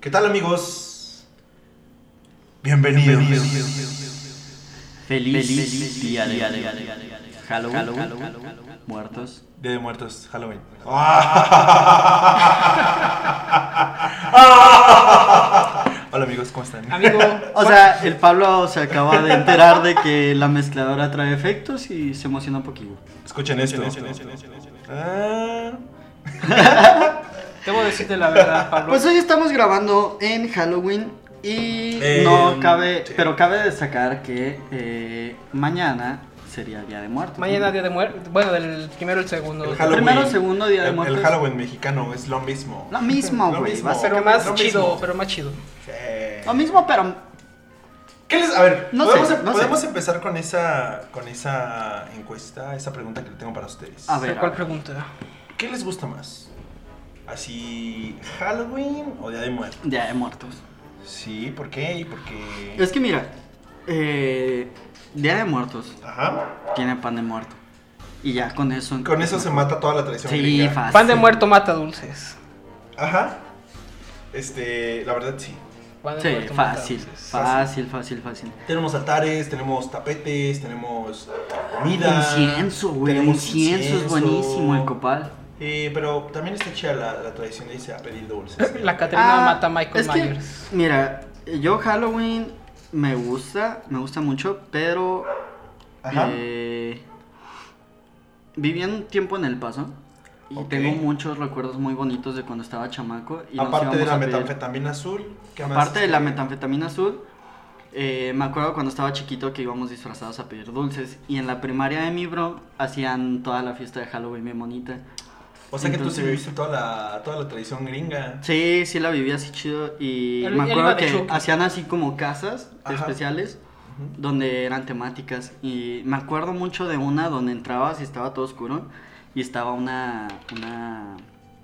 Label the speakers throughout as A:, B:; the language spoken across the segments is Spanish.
A: ¿Qué tal amigos? Bienvenidos.
B: Feliz, día de, Halloween, muertos.
A: Día de Muertos, Halloween. Ah. Hola amigos, ¿cómo están?
C: Amigo,
B: O sea, el Pablo se acaba de enterar de que la mezcladora trae efectos y se emociona un poquito.
A: Escuchen esto. Ah,
C: debo decirte la verdad, Pablo.
B: Pues hoy estamos grabando en Halloween y
A: Eh,
B: no cabe,
A: sí.
B: pero cabe destacar que eh, mañana sería Día de Muertos.
C: Mañana día de muerte. Bueno, del primero al segundo.
A: el Halloween.
B: Primero, segundo Día de
A: El-
B: Muertos.
A: El Halloween mexicano es lo mismo.
B: Lo mismo,
A: Lo
B: güey.
A: mismo.
B: va a ser
C: Pero
A: Lo
C: más
A: mismo.
C: chido, pero más chido.
A: Sí.
B: lo mismo, pero
A: ¿Qué les, a ver,
B: No
A: podemos, em-
B: sé, no sé.
A: podemos empezar con esa, con esa encuesta, esa pregunta que le tengo para ustedes.
B: A ver.
C: ¿Cuál pregunta?
A: ¿Qué les gusta más? ¿Así Halloween o Día de Muertos?
B: Día de Muertos.
A: Sí, ¿por qué? ¿Y por qué?
B: Es que mira, eh, Día de Muertos
A: Ajá.
B: tiene pan de muerto. Y ya con eso.
A: Con eso se mata toda la tradición
B: Sí,
A: gringa.
B: fácil.
C: Pan de muerto mata dulces.
A: Ajá. Este, la verdad sí.
C: Pan de
B: Sí,
C: muerto mata
B: fácil,
C: dulces.
B: fácil, fácil, fácil.
A: Tenemos altares, tenemos tapetes, tenemos comida.
B: Incienso, güey.
A: tenemos
B: Incienso es
A: incienso.
B: buenísimo, el copal.
A: Eh, pero también está chida la, la tradición de irse a pedir dulces. eh. ¿no?
C: La Caterina
B: Ah,
C: mata a Michael
B: es que,
C: Myers.
B: mira, yo Halloween me gusta, me gusta mucho, pero
A: Ajá.
B: eh, viví un tiempo en El Paso y
A: Ok.
B: tengo muchos recuerdos muy bonitos de cuando estaba chamaco. Y nos
A: Aparte de
B: íbamos
A: la
B: a pedir-
A: metanfetamina azul. ¿qué más? Este,
B: Aparte de la metanfetamina azul, eh, me acuerdo cuando estaba chiquito que íbamos disfrazados a pedir dulces y en la primaria de mi bro hacían toda la fiesta de Halloween bien bonita.
A: O sea que tú
B: Entonces-
A: sí viviste toda la, toda la tradición gringa.
B: Sí, sí la vivía así chido y
C: Él-
B: me
C: él
B: acuerdo
C: iba de
B: que
C: Chucky.
B: hacían así como casas
A: Ajá.
B: especiales
A: Ujú.
B: donde eran temáticas y me acuerdo mucho de una donde entrabas y estaba todo oscuro y estaba una una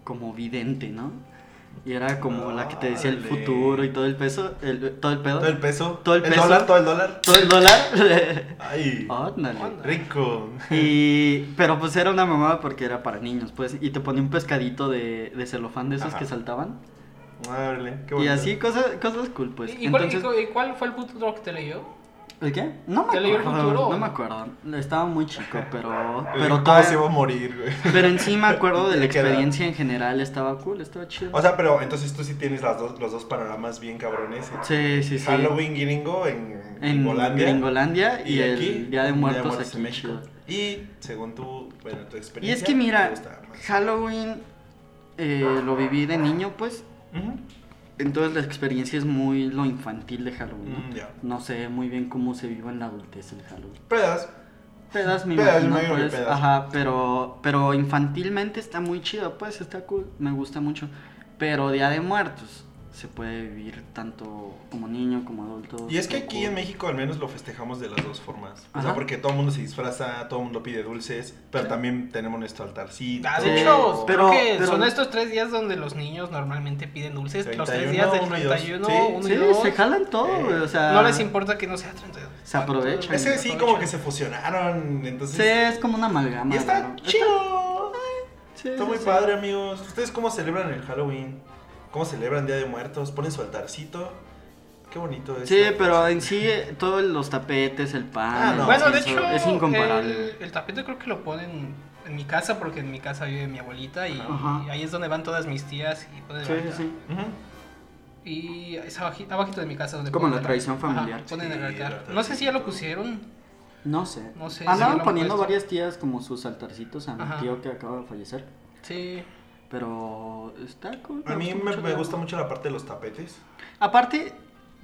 B: como vidente, ¿no? Y era como la que te decía el
A: Órale.
B: futuro y todo el peso, el- todo el pedo.
A: Todo el peso.
B: Todo el peso. Ah.
A: dólar, todo el dólar.
B: Todo el dólar.
A: Ay,
B: Ándale.
C: Ándale.
A: rico.
B: Y, pero pues era una mamada porque era para niños, pues. Y te ponía un pescadito de, de celofán de esos
A: Ajá.
B: que saltaban.
A: Órale, qué
B: Y
A: bonito.
B: así, cosas, cosas cool, pues.
C: ¿Y, cuál,
B: Entonces,
C: y cuál fue el futuro que te leyó?
B: ¿El qué? No me
C: ¿Te leyó el futuro?
B: acuerdo. No me acuerdo. Estaba muy chico, pero.
A: El
B: Pero,
A: cómo
B: todavía-
A: se iba a morir, güey.
B: pero en sí me acuerdo de la
A: ¿De qué edad?
B: experiencia en general. Estaba cool, estaba chido.
A: O sea, pero entonces tú sí tienes las dos, los dos panoramas bien cabrones. ¿eh?
B: sí, sí, sí.
A: Halloween gringo en,
B: En
A: Gringolandia.
B: Gringolandia y, el
A: aquí,
B: Día de Muertos, aquí
A: en México.
B: chido.
A: Y según tu, bueno, tu
B: Y
A: experiencia.
B: es que
A: te
B: mira,
A: gusta más.
B: Halloween eh, lo viví de niño, pues.
A: Ujú.
B: Entonces la experiencia es muy lo infantil de Halloween. ¿no?
A: Mm, ya.
B: No sé muy bien cómo se vive en la adultez el Halloween.
A: Pedas.
B: Pedas, me
A: Pedas,
B: imagino,
A: yo me digo que
B: pues,
A: pedas.
B: Ajá, pero, pero infantilmente está muy chido, pues, está cool, me gusta mucho. Pero Día de Muertos se puede vivir tanto como niño, como adulto.
A: Y es que
B: está
A: aquí
B: cool.
A: en México al menos lo festejamos de las dos formas. O sea,
B: Ajá.
A: porque todo el mundo se disfraza, todo el mundo pide dulces, pero
B: Sí.
A: también tenemos nuestro altarcito.
C: Ah,
B: Sí,
C: de hecho,
B: pero-
C: creo que
B: pero-
C: son estos tres días donde los niños normalmente piden dulces. los tres
A: 31,
C: días del
A: uno y dos. Eh,
C: 31,
A: Sí.
C: 1 y
B: Sí,
C: 2.
B: se jalan todo, güey, o sea...
C: No les importa que no sea 32.
B: Se aprovechan.
A: Ese sí, como que se fusionaron, entonces...
B: Sí, es como una amalgama.
A: Y está
B: güey, ¿no?
A: chido.
B: Sí,
A: Está
B: sí,
A: muy
B: sí.
A: padre, amigos. ¿Ustedes cómo celebran el Halloween? ¿Cómo celebran Día de Muertos? ¿Ponen su altarcito? Qué bonito es.
B: Sí, pero en sí, eh, todos los tapetes, el pan...
A: Ah, no.
B: el
C: Bueno, de
B: incienso,
C: hecho,
B: Es incomparable.
C: El, el tapete creo que lo ponen en mi casa porque en mi casa vive mi abuelita y,
B: Ajá.
C: y ahí es donde van todas mis tías y ponen
B: Sí,
C: el
B: sí,
C: altar.
B: sí.
A: Ujú.
C: Y es abaji- abajito de mi casa donde
B: Como
C: ponen
B: la
C: el-
B: tradición
C: ajá,
B: familiar.
C: ponen
A: Sí,
C: el
A: el
C: altar.
A: altar.
C: No sé si ya lo pusieron.
B: No sé.
C: No sé, sí,
B: Andaban
C: lo han
B: poniendo
C: puesto.
B: varias tías como sus altarcitos a mi
C: Ajá.
B: tío que acaba de fallecer.
C: Sí.
B: Pero está cool.
A: A mí
B: gustó
A: me,
B: mucho
A: me
B: la-
A: gusta mucho la parte de los tapetes.
B: Aparte,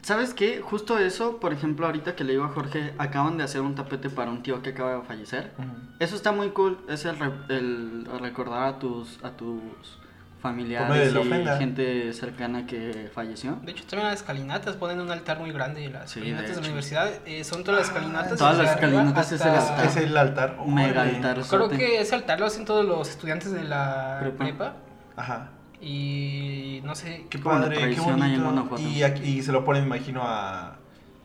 B: ¿sabes qué? Justo eso, por ejemplo, ahorita que le digo a Jorge, acaban de hacer un tapete para un tío que acaba de fallecer. Eso está muy cool. Es el, re- el recordar a tus, a tus
A: Comer
B: familiares
A: la
B: y
A: ofrenda.
B: gente cercana que falleció.
C: De hecho, también las escalinatas ponen un altar muy grande. y Las
B: Sí, de
C: escalinatas de, la
B: hecho.
C: universidad eh, son todas las escalinatas.
B: Todas
C: desde
B: las
C: arriba
B: escalinatas es el
C: hasta-
B: altar.
A: Es el altar.
B: Mega
A: Órale.
B: altar.
C: Creo que ese altar lo hacen todos los estudiantes de la
B: Prepa.
C: prepa.
A: Ajá.
C: Y no sé.
A: Qué
B: Como la
A: padre, qué
B: tradición ahí en
A: bonito.
B: Guanajuato.
A: Y, aquí- y se lo ponen, imagino, a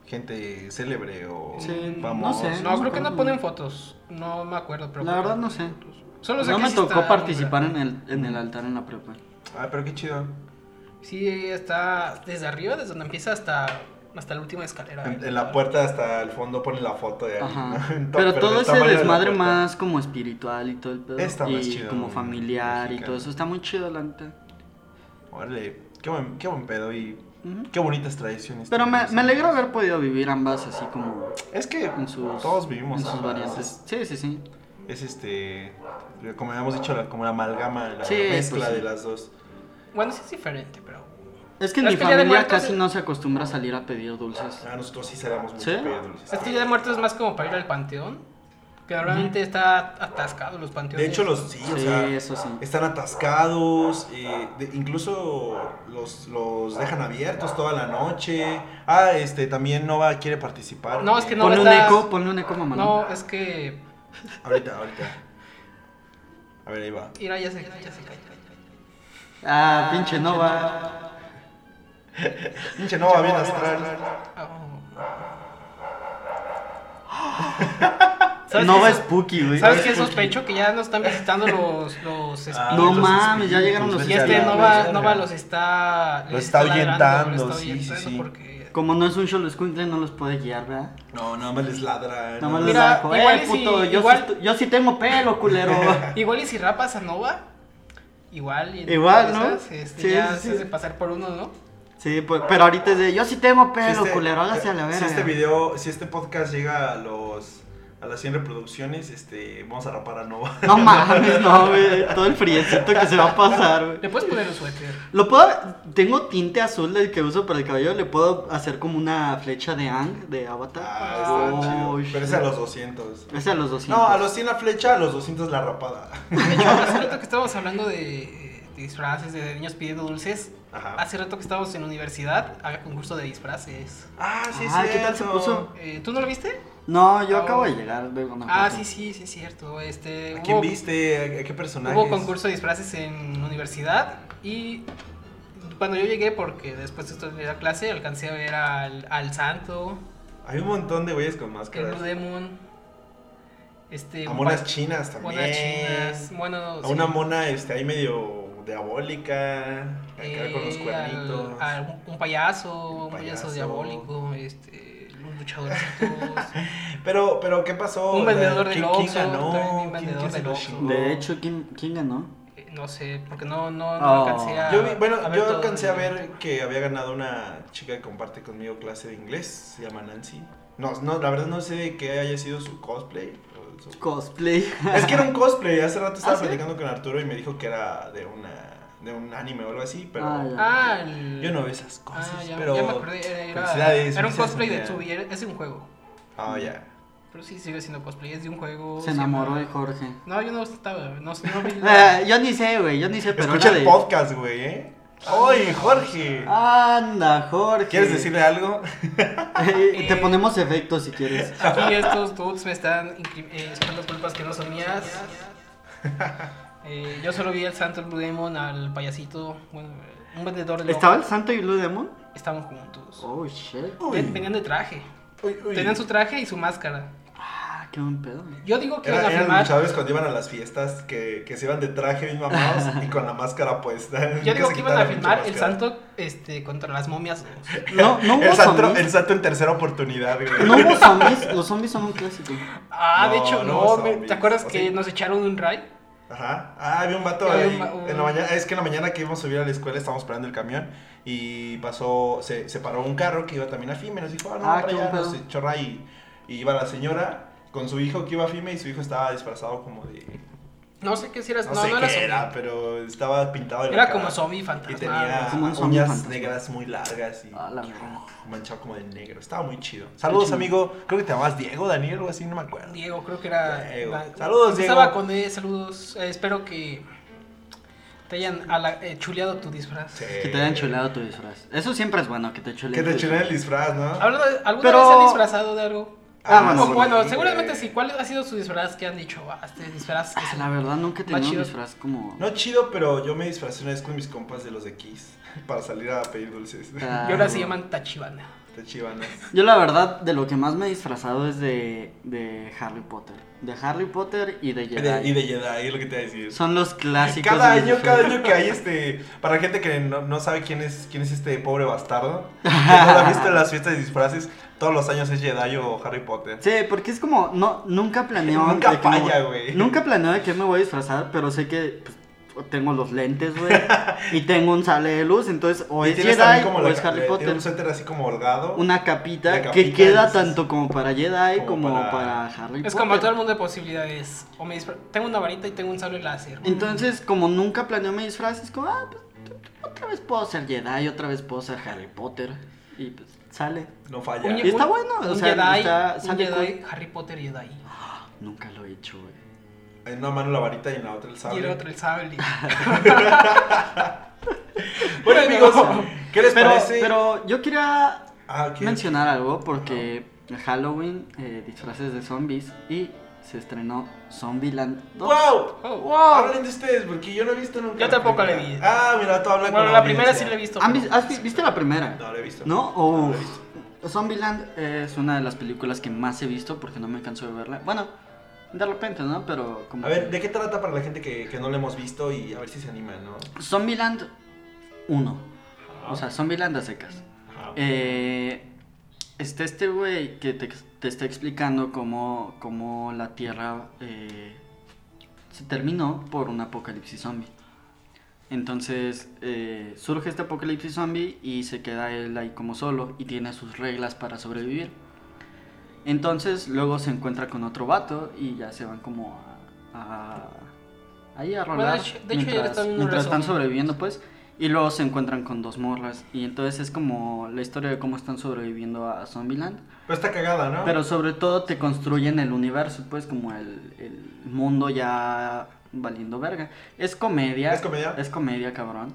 A: gente célebre o
B: Sí,
A: famosos.
B: Eh, no sé.
C: No, creo que
B: acuerdo.
C: no ponen fotos. No me acuerdo. Pero
B: La verdad no sé.
C: Solo sé
B: No
C: que
B: me
C: sí
B: tocó
C: está-
B: participar en el, en el altar en la prepa.
A: Ah, pero qué chido.
C: Sí, está desde arriba, desde donde empieza hasta, hasta la última escalera.
A: En, en la puerta hasta el fondo ponen la foto de alguien.
B: Ajá.
A: ¿no? En to-
B: Pero
A: del
B: todo ese
A: tamaño de la
B: desmadre
A: puerta.
B: más como espiritual y todo el pedo.
A: Está
B: y
A: más chido,
B: como
A: güey,
B: familiar y
A: mexicano.
B: todo eso. Está muy chido, la neta.
A: Órale, qué buen, qué buen pedo y
B: Ujú.
A: qué bonitas tradiciones.
B: Pero me,
A: tenemos.
B: me alegra haber podido vivir ambas así como
A: Es que
B: en sus,
A: todos vivimos
B: en sus
A: ambas.
B: variantes. Sí, sí, sí.
A: Es este, como habíamos dicho, la- como la amalgama, la
B: Sí,
A: mezcla
B: pues sí.
A: de las dos.
C: Bueno, sí es diferente, pero.
B: Es que en
C: Es
B: mi
C: que el Día de
B: familia
C: Muertos
B: casi
C: es-
B: no se acostumbra a salir a pedir dulces.
A: Ah, nosotros sí sabemos mucho
B: ¿Sí?
A: pedir dulces.
C: Este día de muertos es más como para ir al panteón. Que normalmente está atascado los panteones.
A: De hecho, los sí, o
B: sí,
A: sea,
B: eso sí.
A: están atascados, eh, de- incluso los, los dejan abiertos toda la noche. Ah, este, también Nova quiere participar.
C: No, es que no
B: ponle
C: va
B: un
C: a estar-
B: eco, ponle un eco, mamá. Ah,
C: No, es que.
A: Ahorita, ahorita. A ver, ahí va.
C: Mira, ya se, ya se cayó.
B: Ah, pinche Nova.
A: Pinche Nova, bien astral.
B: Oh.
C: Ah. ¿Sabes
B: Nova
C: qué?
B: spooky, güey.
C: ¿Sabes qué sospecho? Que ya nos están visitando los, los
A: Ah,
B: No
A: los
B: mames, ya
A: espíritus,
B: llegaron los
A: vete
C: Y
A: a
C: este
A: la
C: Nova,
A: verga.
C: Nova los está.
A: Los
C: les
A: está
C: ladrando,
A: ahuyentando,
C: los está
A: sí, sí,
C: ahuyentando
A: sí.
C: porque-
B: Como no es un solo no los puede guiar, ¿verdad?
A: No, nada más les ladra.
B: Nada más les
C: Mira,
B: dijo,
C: igual
B: eh,
C: y si-
B: puto, yo,
C: igual-
B: sí, yo sí tengo pelo, culero.
C: Igual y si rapas a Nova, igual. y-
B: Igual, ¿no?
C: esas, Este,
B: Sí,
C: ya
B: sí,
C: se
B: sí.
C: hace pasar por uno, ¿no?
B: sí, pues, pero ahorita es de, yo sí tengo
A: Si
B: pelo,
A: este-
B: culero, hágase a la verga.
A: Si este video, si este podcast llega a los a las 100 reproducciones, este vamos a rapar a Nova.
B: No mames, no, güey. Todo el friecito que se va a pasar, güey.
C: Le puedes poner un suéter.
B: Lo puedo. Tengo tinte azul del que uso para el cabello. Le puedo hacer como una flecha de Ang de Avatar.
A: Ah, está
B: Oh,
A: chido.
B: shit.
A: Pero es a los 200.
B: Es a los 200.
A: No, a los 100 la flecha, a los 200 la rapada.
C: De hecho, hace rato que estábamos hablando de, de disfraces, de niños pidiendo dulces.
B: Ah,
A: Ajá.
C: Hace rato que estábamos en universidad, haga concurso de disfraces.
A: Ah, sí,
B: Ah,
A: sí.
B: ¿qué tal se puso?
C: Eh, ¿Tú no lo viste?
B: No, yo
C: Oh.
B: acabo de llegar de Guanajuato.
C: Ah, sí, sí, sí, es cierto. Este,
A: ¿A quién
C: hubo-
A: viste? ¿A- ¿A qué personaje?
C: Hubo concurso de disfraces en universidad y cuando yo llegué, porque después de esto de la clase, alcancé a ver al, al Santo,
A: Hay un montón de güeyes con
C: el Blue
A: máscaras.
C: Demon, este,
A: A monas
C: pa-
A: chinas también.
C: monas chinas, bueno,
A: A
C: sí,
A: una mona este, ahí medio diabólica. Acá
C: eh,
A: con los cuernitos.
C: al- al- un payaso, un payaso,
A: payaso.
C: diabólico, este, un luchadorcitos.
A: Pero, pero, ¿qué pasó?
C: Un
A: O sea,
C: vendedor del
A: ¿quién-
C: Oxxo,
A: ¿Quién ganó?
C: también un
A: ¿Quién-
C: vendedor
A: quién se
C: del
A: lo
C: Oxxo.
A: chingó?
B: De hecho, ¿quién, quién ganó?
C: Eh, no sé, porque no, no, no
B: Oh.
C: alcancé a.
A: Yo vi- bueno,
C: a ver
A: yo
C: todo
A: alcancé a
C: el
A: ver
C: evento.
A: que había ganado una chica que comparte conmigo clase de inglés, se llama Nancy. No, no la verdad no sé de qué haya sido su cosplay. o su-
B: Cosplay.
A: Es que era un cosplay, hace rato estaba
B: ¿Ah, sí?
A: platicando con Arturo y me dijo que era de una de un anime o algo así, pero
B: Ah, ya.
C: Ah, el-
A: yo no veo esas
C: Ah,
A: cosas,
C: ya,
A: pero
C: ya me acordé. Era,
A: felicidades,
C: era un
A: felicidades,
C: cosplay de
A: amiga.
C: Tsubi, era- es de un juego.
B: Mm.
A: Ah, ya.
C: Pero sí sigue siendo cosplay, es de un juego.
B: se enamoró de
C: llama-
B: Jorge.
C: No, yo no estaba, no sé, no vi la-
B: Eh, yo ni sé, güey. Yo ni sé, pero
A: Escucha
B: era
A: el
B: de-
A: podcast, güey, ¿eh? ¡Ay, Jorge!
B: Anda, Jorge.
A: ¿Quieres decirle algo?
B: Eh, Te ponemos efectos si quieres.
C: Aquí estos dudes me están incri- eh, echando culpas que no son mías. Eh, yo solo vi al santo, el Blue Demon, al payasito, bueno, un vendedor de
B: ¿Estaba el Santo y Blue Demon?
C: Estaban juntos.
B: Oh, shit.
A: Uy,
C: Ven- Venían de traje.
A: uy, uy.
C: Tenían su traje y su máscara.
B: Ah, qué buen pedo. güey.
C: Yo digo que
A: Era-
C: van a
A: eran
C: filmar.
A: luchadores cuando iban a las fiestas que, que se iban de traje bien mamados y con la máscara puesta.
C: Yo digo
A: se
C: que iban a
A: quitaron
C: filmar
A: mucha
C: el
A: máscara.
C: santo este, contra las momias.
B: No, no hubo
A: El santo,
B: zombies.
A: el santo en tercera oportunidad, güey.
B: No hubo zombies, los zombies son un clásico.
C: Ah, de
A: No,
C: hecho,
A: no hubo
C: no. me-
A: zombies,
C: ¿Te acuerdas
A: ¿o
C: que
A: sí?
C: nos echaron un raid?
A: Ajá. Ah, había un vato
C: Había
A: ahí.
C: un va- un-
A: En la mañana, es que en la mañana que íbamos a subir a la escuela estábamos esperando el camión y pasó, se, se paró un carro que iba también a FIME. Nos dijo, ah, no,
B: Ah,
A: para
B: qué
A: allá,
B: buen
A: nos
B: pedo.
A: echó ray. Y iba la señora con su hijo que iba a FIME y su hijo estaba disfrazado como de.
C: No sé qué si eras.
A: No,
C: No, no,
A: sé
C: era
A: qué
C: zombie.
A: era, pero estaba pintado de la
C: Era
A: cara.
C: como zombie Ah,
A: Y
C: fantasma.
A: tenía
B: Como un zombie
A: uñas
B: fantasma.
A: negras muy largas y
B: Ah, la verga.
A: manchado como de negro. Estaba muy chido. Saludos,
B: chido.
A: amigo. Creo que te llamabas Diego, Daniel, o así, no me acuerdo.
C: Diego, creo que era.
A: Diego.
C: la-
A: Saludos,
C: Empezaba
A: Diego.
C: con E, saludos. Eh, espero que te hayan ala- eh, chuleado tu disfraz.
A: Sí.
B: Que te hayan chulado tu disfraz. Eso siempre es bueno, que te chulen.
A: Que
B: tu
A: te chulen el
B: disfraz.
A: disfraz, ¿no?
C: Hablando de- ¿Alguna
B: Pero-
C: vez se han disfrazado de algo?
B: Ah,
C: O,
B: bueno,
A: sí,
C: bueno,
A: güey.
C: seguramente sí. ¿Cuál ha sido su disfraz que han dicho? Ah, este disfraz. que
B: Ah,
C: se-
B: La verdad, nunca he tenido
C: Más
B: un
C: chido.
B: disfraz como.
A: No chido, pero yo me disfracé una vez con mis compas de los de Kiss para salir a pedir dulces.
B: Ah,
C: Y ahora se llaman Tachibana.
A: De chivanas.
B: Yo, la verdad, de lo que más me he disfrazado es de, de Harry Potter. de Harry Potter y de
A: Y de,
B: Jedi.
A: y de Jedi, es lo que te iba a decir.
B: Son los clásicos.
A: Cada
B: de
A: año,
B: los
A: cada
B: filmes.
A: año que hay este. Para gente que no, no sabe quién es quién es este pobre bastardo, que no lo ha visto en las fiestas de disfraces, todos los años es Jedi o Harry Potter.
B: Sí, porque es como, no, nunca planeo.
A: Nunca
B: de qué me
A: falla,
B: voy-
A: güey.
B: Nunca planeo de qué me voy a disfrazar, pero sé que pues, tengo los lentes, güey. y tengo un sale de luz, entonces o
A: Y
B: es
A: tienes
B: Jedi
A: también como
B: o
A: la-
B: es Harry
A: le- tiene
B: Potter.
A: un suéter así como holgado.
B: Una capita,
A: La
B: que
A: capita,
B: queda
A: entonces,
B: tanto como para Jedi como,
A: como para-
B: para, Harry Potter.
C: Es como todo el mundo de posibilidades. O me dispar- Tengo una varita y tengo un sable láser.
B: Entonces, como nunca planeo mi disfraz, es como, ah, pues, otra vez puedo ser Jedi, otra vez puedo ser Harry Potter. Y pues sale.
A: No falla.
C: Un-
B: Y está
C: un-
B: bueno, o
C: un
B: sea,
C: Jedi,
B: está-
C: un
B: sale
C: Jedi, Harry Potter y Jedi.
B: Nunca lo he hecho, güey.
A: En una mano la varita y en la otra el sable.
C: Y el otro el sable.
A: Bueno, amigos,
C: Bueno.
A: ¿qué les
B: Pero,
A: parece?
B: pero yo quería
A: Ah, ok.
B: mencionar algo porque Halloween, eh, disfraces de zombies y se estrenó Zombieland 2.
A: ¡Wow!
C: Oh.
A: Hablen de ustedes, porque yo no he visto nunca.
C: Yo
A: la
C: tampoco la
A: película.
C: vi.
A: Ah, mira, tú hablas
C: Bueno,
A: con
C: la primera sí
A: audiencia.
C: la he visto.
B: ¿Han
C: pero-
B: vi- has vi- ah, ¿Viste la primera?
A: No la he visto.
B: ¿No?
A: No
B: O
A: la he visto.
B: Zombieland es una de las películas que más he visto porque no me canso de verla. Bueno, de repente, ¿no? Pero como
A: A ver,
B: que-
A: ¿de qué trata para la gente que, que no la hemos visto y a ver si se anima, no?
B: Zombieland 1.
A: Ah.
B: O sea, Zombieland a secas.
A: Ajá.
B: Eh, está este güey que te, te está explicando cómo, cómo la Tierra eh, se terminó por un apocalipsis zombie. Entonces eh, surge este apocalipsis zombie y se queda él ahí como solo y tiene sus reglas para sobrevivir. Entonces luego se encuentra con otro vato y ya se van como a... a- ahí a
C: Bueno,
B: rolar
C: de hecho- de hecho ya
B: mientras,
C: están en un
B: mientras están
C: resort.
B: sobreviviendo pues. Y luego se encuentran con dos morras. Y entonces es como la historia de cómo están sobreviviendo a Zombieland.
A: Pero está cagada,
C: Ah.
A: ¿no?
B: Pero sobre todo te construyen el universo, pues como el, el mundo ya valiendo verga. Es comedia.
A: ¿Es comedia?
B: Es comedia, cabrón.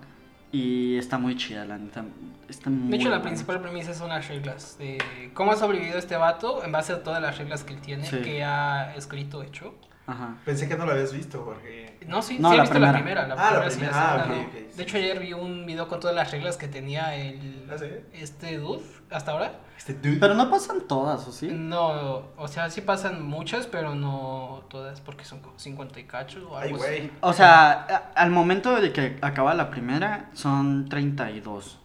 B: Y está muy chida, la neta. Está muy
C: De hecho, la
B: buena.
C: principal premisa son las reglas. De cómo ha sobrevivido este vato en base a todas las reglas que él tiene,
B: Sí.
C: que ha escrito, hecho.
B: Ajá.
A: Pensé que no la habías visto, Jorge.
C: No, sí,
B: No,
C: sí he
B: la
C: visto la
B: primera.
C: primera. La
A: Ah, la
C: primera sí, la
A: primera, ah,
C: segunda
A: ok,
C: no.
A: ok, sí.
C: De hecho, ayer vi un video con todas las reglas que tenía el...
A: ¿Ah, sí?
C: este dude hasta ahora.
A: Este dude.
B: Pero no pasan todas, ¿o sí?
C: No, o sea, sí pasan muchas, pero no todas, porque son como 50 y cacho o
A: Ay,
C: algo
B: pues
A: güey.
C: así.
B: O sea, a- al momento de que acaba la primera, son 32.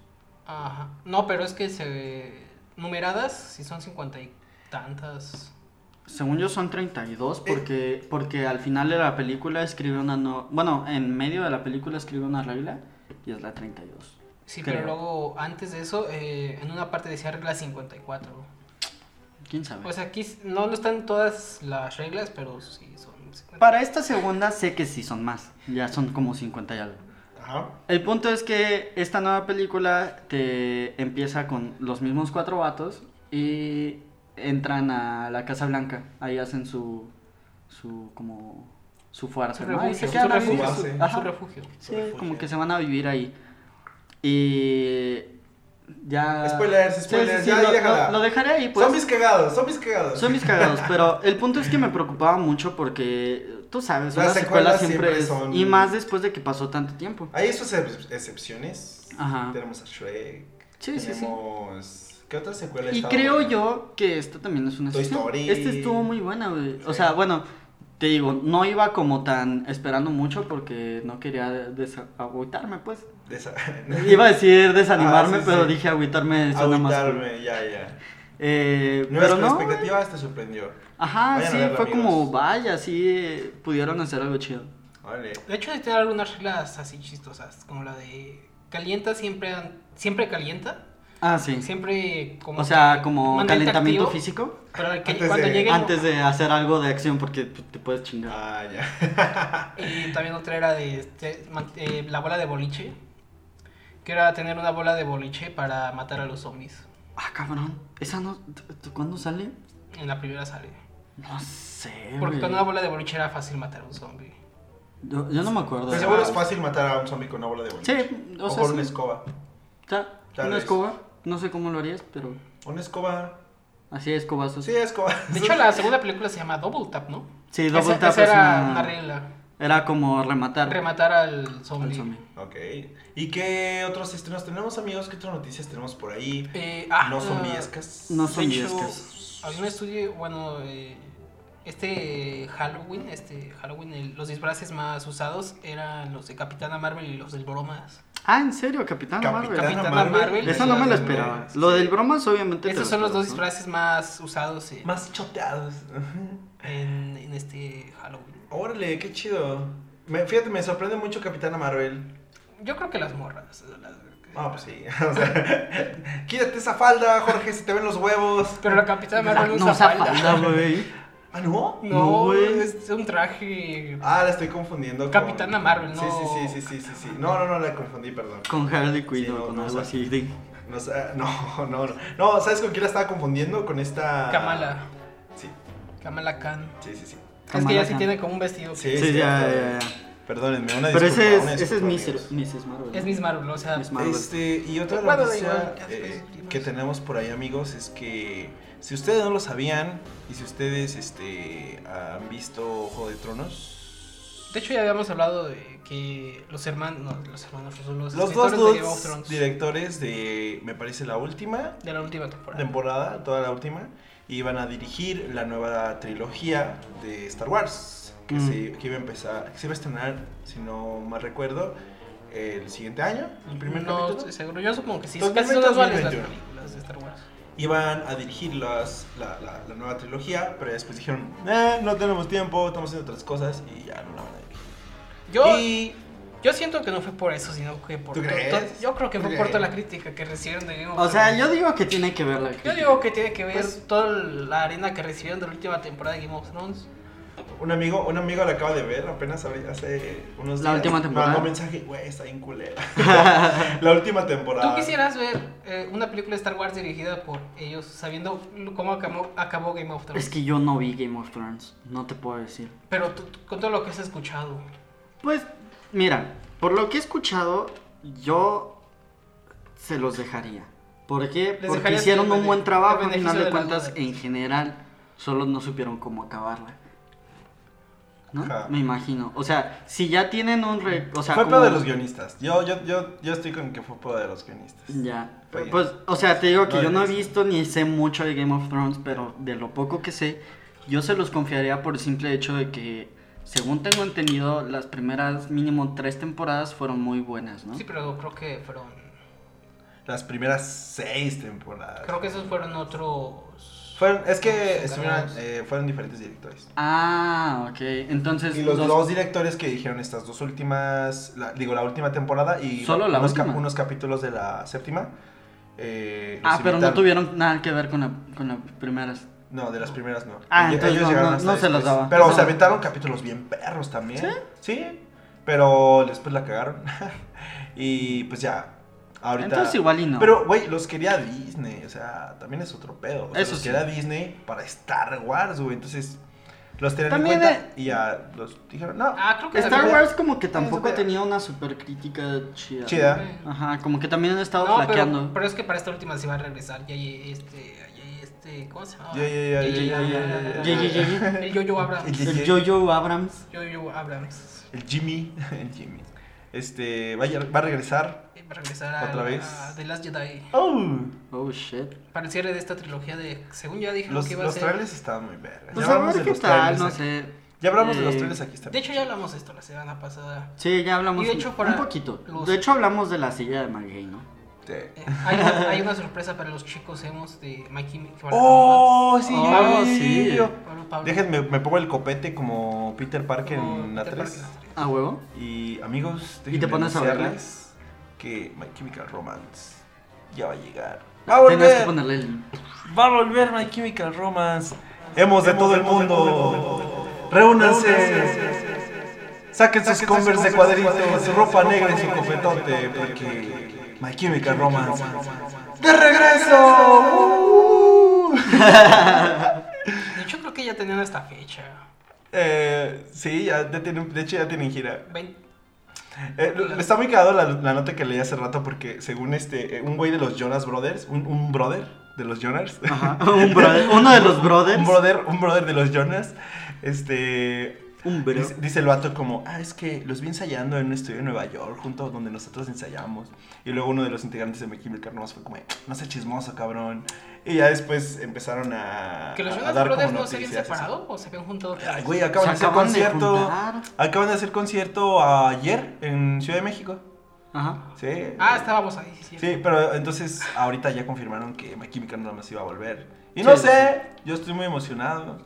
C: Ajá. No, pero es que se... Numeradas, sí son 50 y tantas.
B: Según yo son 32 porque, porque al final de la película escribe una no... Bueno, en medio de la película escribe una regla y es la 32.
C: Sí,
B: Creo.
C: pero luego, antes de eso, eh, en una parte decía regla 54.
B: ¿Quién sabe?
C: O sea, aquí s- no, no están todas las reglas, pero sí son 50.
B: Para esta segunda sé que sí son más. Ya son como 50 y algo.
A: Ajá.
B: El punto es que esta nueva película te empieza con los mismos cuatro vatos y entran a la Casa Blanca. Ahí hacen su... su como... su fuerza,
C: Su
B: ¿no? Ahí
C: refugio,
B: se
C: su
B: quedan a vivir
C: refugio,
A: su-
C: su-
B: ajá.
C: su refugio.
B: Sí,
A: Refugio.
B: como que se van a vivir ahí. Y ya...
A: Spoilers, spoilers, ya,
B: lo,
A: ahí déjala.
B: lo- lo dejaré ahí, pues.
A: Zombies cagados, zombies cagados.
B: Son mis cagados, pero el punto es que me preocupaba mucho porque, tú sabes,
A: Las
B: una secuela
A: secuelas
B: siempre,
A: siempre
B: es-
A: son-
B: Y más después de que pasó tanto tiempo.
A: Hay sus ex- excepciones.
B: Ajá.
A: Tenemos a Shrek.
B: Sí, sí, sí.
A: tenemos... ¿Qué otra secuela
B: Y
A: está
B: creo
A: buena?
B: yo que esta también es una
A: Toy
B: excepción.
A: Story.
B: Este estuvo muy buena, güey. O
A: Sí.
B: sea, bueno, te digo, no iba como tan esperando mucho porque no quería desagüitarme, pues.
A: De esa-
B: Iba a decir desanimarme,
A: Ah, sí,
B: pero
A: sí.
B: dije agüitarme suena más cool.
A: Agüitarme, ya, ya.
B: Eh,
A: Nuestra
B: pero no.
A: expectativa te sorprendió.
B: Ajá,
A: Vayan a
B: sí,
A: verla,
B: fue
A: amigos.
B: como, vaya, sí, eh, pudieron hacer algo chido.
A: Vale.
C: De hecho, sí tiene algunas reglas así chistosas, como la de calienta siempre, an- siempre calienta,
B: Ah, sí.
C: siempre como...
B: O sea,
C: que
B: como
C: mantente
B: calentamiento
C: activo,
B: físico.
C: Pero que
A: Antes
C: cuando
A: de-
C: llegue...
B: Antes de hacer algo de acción porque p- te puedes chingar.
A: Ah, ya.
C: Y también otra era de este, man- eh, la bola de boliche, que era tener una bola de boliche para matar a los zombies.
B: Ah, cabrón. ¿Esa no? t- t- ¿Cuándo sale?
C: En la primera sale.
B: No sé.
C: Porque
B: Eh, güey.
C: con una bola de boliche era fácil matar a un zombie.
B: Yo, yo no me acuerdo.
A: Pero seguro es fácil matar a un zombie con una bola de boliche.
B: Sí, o
A: o
B: sea,
A: con
B: sí.
A: una escoba.
B: O sea,
A: Tal
B: una
A: vez.
B: escoba. No sé cómo lo harías, pero
A: Una escoba.
B: así escobazos.
A: Sí, escoba.
C: De hecho, la segunda película se llama Double Tap, ¿no?
B: Sí, double
C: Esa-
B: tap
C: esa
B: es
C: era
B: una-
C: una regla.
B: Era como rematar.
C: Rematar al zombie.
B: al zombie.
A: Ok. ¿Y qué otros estrenos tenemos, amigos? ¿Qué otras noticias tenemos por ahí?
C: Eh, ah,
A: no
C: ah,
A: zombiescas.
B: No
C: de hecho,
B: zombiescas.
C: Hay un estudio, bueno, eh, este Halloween, este Halloween, el- los disfraces más usados eran los de Capitana Marvel y los del Bromas.
B: Ah, ¿en serio? Capitán
A: Capitana
B: Marvel.
C: Capitana
A: Marvel.
C: Marvel.
B: Esa no me la
A: lo
B: esperaba. Lo del bromas, obviamente. Este te
C: Estos
B: lo
C: son los dos
B: esperas,
C: disfraces más usados en,
A: Más choteados.
C: en- en este Halloween.
A: Órale, qué chido. Me- fíjate, me sorprende mucho Capitana Marvel.
C: Yo creo que las morras. las-
A: Ah, pues sí. O sea, quítate esa falda, Jorge, se te ven los huevos.
C: Pero la Capitana
B: ¿no? Ah,
C: Marvel
B: No
C: usa
B: usa
C: falda.
B: falda, güey.
A: ¿Ah, no?
B: No,
C: No,
B: güey.
C: es un traje.
A: Ah, la estoy confundiendo. con-
C: Capitana Marvel,
A: Sí,
C: no.
A: sí, sí, sí, sí, sí, sí. No, no, no, la confundí, perdón.
B: Con Harley Quinn
A: Sí,
B: o
A: no,
B: con
A: no,
B: algo
A: o sea,
B: así. de-
A: No, sé- no, no, no. No, ¿sabes con quién la estaba confundiendo? Con esta...
C: Kamala.
A: Sí,
C: Kamala Khan.
A: sí, sí, sí.
C: es
B: Kamala
C: que ella sí
B: Khan.
C: tiene como un vestido.
A: Sí,
C: que-
B: Sí, ya, ya, ya.
A: Perdónenme, una disculpa.
B: Pero ese es,
A: una
B: ese es
A: disculpa,
B: Mrs.
A: amigos.
B: Mrs. Marvel. ¿no?
C: Es Miss Marvel, o sea.
B: Miss Marvel.
A: Este, y otra
C: Bueno, da
A: noticia
C: igual, ya después
A: eh,
C: seguimos.
A: que tenemos por ahí, amigos, es que si ustedes no lo sabían y si ustedes este, han visto Juego de Tronos,
C: De hecho, ya habíamos hablado de que los hermanos. No, los hermanos rusos, los,
A: los dos
C: escritores de Game of
A: dudes
C: Thrones.
A: directores de, me parece, la última
C: De la última temporada.
A: temporada, toda la última, iban a dirigir la nueva trilogía de Star Wars, que,
B: Mm.
A: se, que iba a empezar, que se iba a estrenar, si no mal recuerdo, el siguiente año, el primer
C: no,
A: capítulo.
C: estoy seguro. Yo supongo que sí.
A: 2020,
C: Casi son anuales las
A: 2021.
C: películas de Star Wars.
A: iban a dirigir las- la, la- la nueva trilogía, pero después dijeron, "Eh, no tenemos tiempo, estamos haciendo otras cosas y ya no la van a dirigir.
C: Yo,
A: Y
C: yo siento que no fue por eso, sino que por.
A: ¿Tú
C: to-
A: crees?
C: to- yo creo que
A: ¿Tú
C: fue por
A: crees?
C: toda la crítica que recibieron de Game of
B: O sea,
C: Thrones.
B: yo digo que tiene que ver la
C: Yo
B: crítica.
C: digo que tiene que ver
A: Pues
C: toda la arena que recibieron de la última temporada de Game of Thrones.
A: un amigo, un amigo la acaba de ver apenas ahorita- hace unos días.
B: La última temporada.
A: Mandó un mensaje, güey, está bien culera. la última temporada.
C: ¿Tú quisieras ver eh, una película de Star Wars dirigida por ellos, sabiendo lo- cómo acabó, acabó Game of Thrones?
B: Es que yo no vi Game of Thrones, no te puedo decir.
C: Pero tú- tú- con todo lo que has escuchado.
B: Pues, mira, por lo que he escuchado, yo se los dejaría. ¿Por qué?
C: Les
B: Porque
C: dejarías
B: hicieron
C: el
B: un
C: bene-
B: buen trabajo,
C: el
B: al final
C: beneficio
B: de
C: de la
B: cuentas,
C: duda.
B: en general, solo no supieron cómo acabarla. ¿No?
A: Ajá.
B: Me imagino. O sea, si ya tienen un... re- O sea,
A: fue
B: como-
A: pedo de los guionistas. Yo, yo, yo, yo estoy con que fue pedo de los guionistas.
B: Ya.
A: Oye.
B: Pues, o sea, te digo que
A: No,
B: yo no he
A: sí.
B: visto ni sé mucho de Game of Thrones, pero de lo poco que sé, yo se los confiaría por el simple hecho de que, según tengo entendido, las primeras mínimo tres temporadas fueron muy buenas, ¿no?
C: Sí, pero creo que fueron.
A: Las primeras seis temporadas.
C: Creo que esos fueron otros.
A: Fueron, es que
C: Son
A: estuvieron,
C: canales.
A: eh, fueron diferentes directores.
B: Ah, ok. Entonces,
A: Y los
B: los-
A: dos directores que dijeron estas dos últimas, la- digo, la última temporada y
B: Solo la
A: unos,
B: última.
A: cap- unos capítulos de la séptima. eh, los
B: ah, pero no
A: invitaron.
B: tuvieron nada que ver con, la- con las primeras.
A: No, de las primeras no.
B: Ah,
A: Ell-
B: entonces no,
A: llegaron
B: no-
A: hasta
B: no se los
A: después.
B: daba.
A: Pero
B: No.
A: se aventaron capítulos bien perros también. ¿Sí? pero después la cagaron. y pues ya, ahorita...
B: Entonces, igual y no.
A: Pero, güey, los quería Disney, o sea, también es otro pedo. O sea,
B: Eso
A: los
B: sí.
A: quería Disney para Star Wars, güey, entonces... Los tenían
B: También,
A: en cuenta y ya los dijeron, no,
C: Ah, creo que
B: Star
C: también-
B: Wars como que tampoco
A: supera.
B: tenía una super crítica chida.
A: chida.
B: Ajá, como que también han estado
C: No,
B: flaqueando.
C: pero, pero es que para esta última se va a regresar. Ya hay este. ya hay este ¿Cómo se llama?
A: Ya, ya, ya, ya,
C: Ya,
A: ya, ya, ya,
C: ya,
B: ya, ya, ya, ya.
C: El Yo-Yo Abrams.
A: El-
B: El Jojo Abrams.
C: Yo-Yo Abrams.
A: El Jimmy, el Jimmy. Este, va a, va a regresar.
C: eh, Va a regresar a,
A: ¿Otra vez?
C: a The Last Jedi.
B: Oh, shit.
C: Para el cierre de esta trilogía de. Según ya dije
A: Los,
C: que iba
A: los
C: a ser.
A: trailers estaban muy verdes.
B: Pues a ver qué tal,
A: trailers ¿eh?
B: no
A: aquí.
B: sé.
A: Ya hablamos de los
B: Eh,
A: trailers aquí está
C: De hecho, ya hablamos de esto la semana pasada.
B: Sí, ya hablamos
C: Y de hecho,
B: un-
C: para
B: un poquito.
C: los-
B: De hecho, hablamos de la silla de Maguey, ¿no?
C: Eh, Hay una, hay una sorpresa para los chicos hemos de My Chemical Romance.
A: Oh, sí,
B: Oh,
A: ya,
B: sí.
A: ya, ya.
C: Pablo, Pablo.
A: Déjenme, me pongo el copete como Peter Parker
C: Como
A: en la
C: Peter
A: 3.
C: Parker en la
B: A huevo.
A: Y amigos,
B: Y te pones a verla.
A: verles que My Chemical Romance ya va a llegar. Va a volver.
B: Tenías que ponerle el.
A: Va a volver My Chemical Romance. Hemos de todo el mundo. Reúnanse. Saquen sus Converse de cuadritos, su ropa negra y su copetote, porque My Chemical Romance. ¡De regreso! ¡Uh!
C: tres. De hecho, creo que ya tenían esta fecha.
A: Eh, sí, ya, ya tienen- de hecho ya tienen gira.
C: Vein-
A: Eh, lo- está muy cagado la, la nota que leí hace rato porque según este, eh, un güey de los Jonas Brothers, un, un brother de los Jonas,
B: Ajá. Un brother, uno de los brothers.
A: Un brother, un brother de los Jonas. Este.
B: Un bro.
A: Dice, dice el vato como, ah, es que los vi ensayando en un estudio en Nueva York, junto a donde nosotros ensayamos. Y luego uno de los integrantes de Make Carlos fue como, "Eh, no seas chismoso, cabrón. Y ya después empezaron a,
C: Que los
A: a- a
C: Jonas
A: dar
C: Brothers
A: como
C: no se habían
A: noticias,
C: separado o se habían juntado.
A: así. Ay, güey,
B: Se
A: acaban de hacer
B: acaban de
A: concierto.
B: juntar.
A: acaban de hacer concierto ayer en Ciudad de México.
B: Ajá.
A: Sí.
C: Ah, estábamos ahí, sí, sí.
A: Sí, pero entonces ahorita ya confirmaron que My Chemical nada más iba a volver. Y no
B: Sí,
A: sé, yo estoy muy emocionado.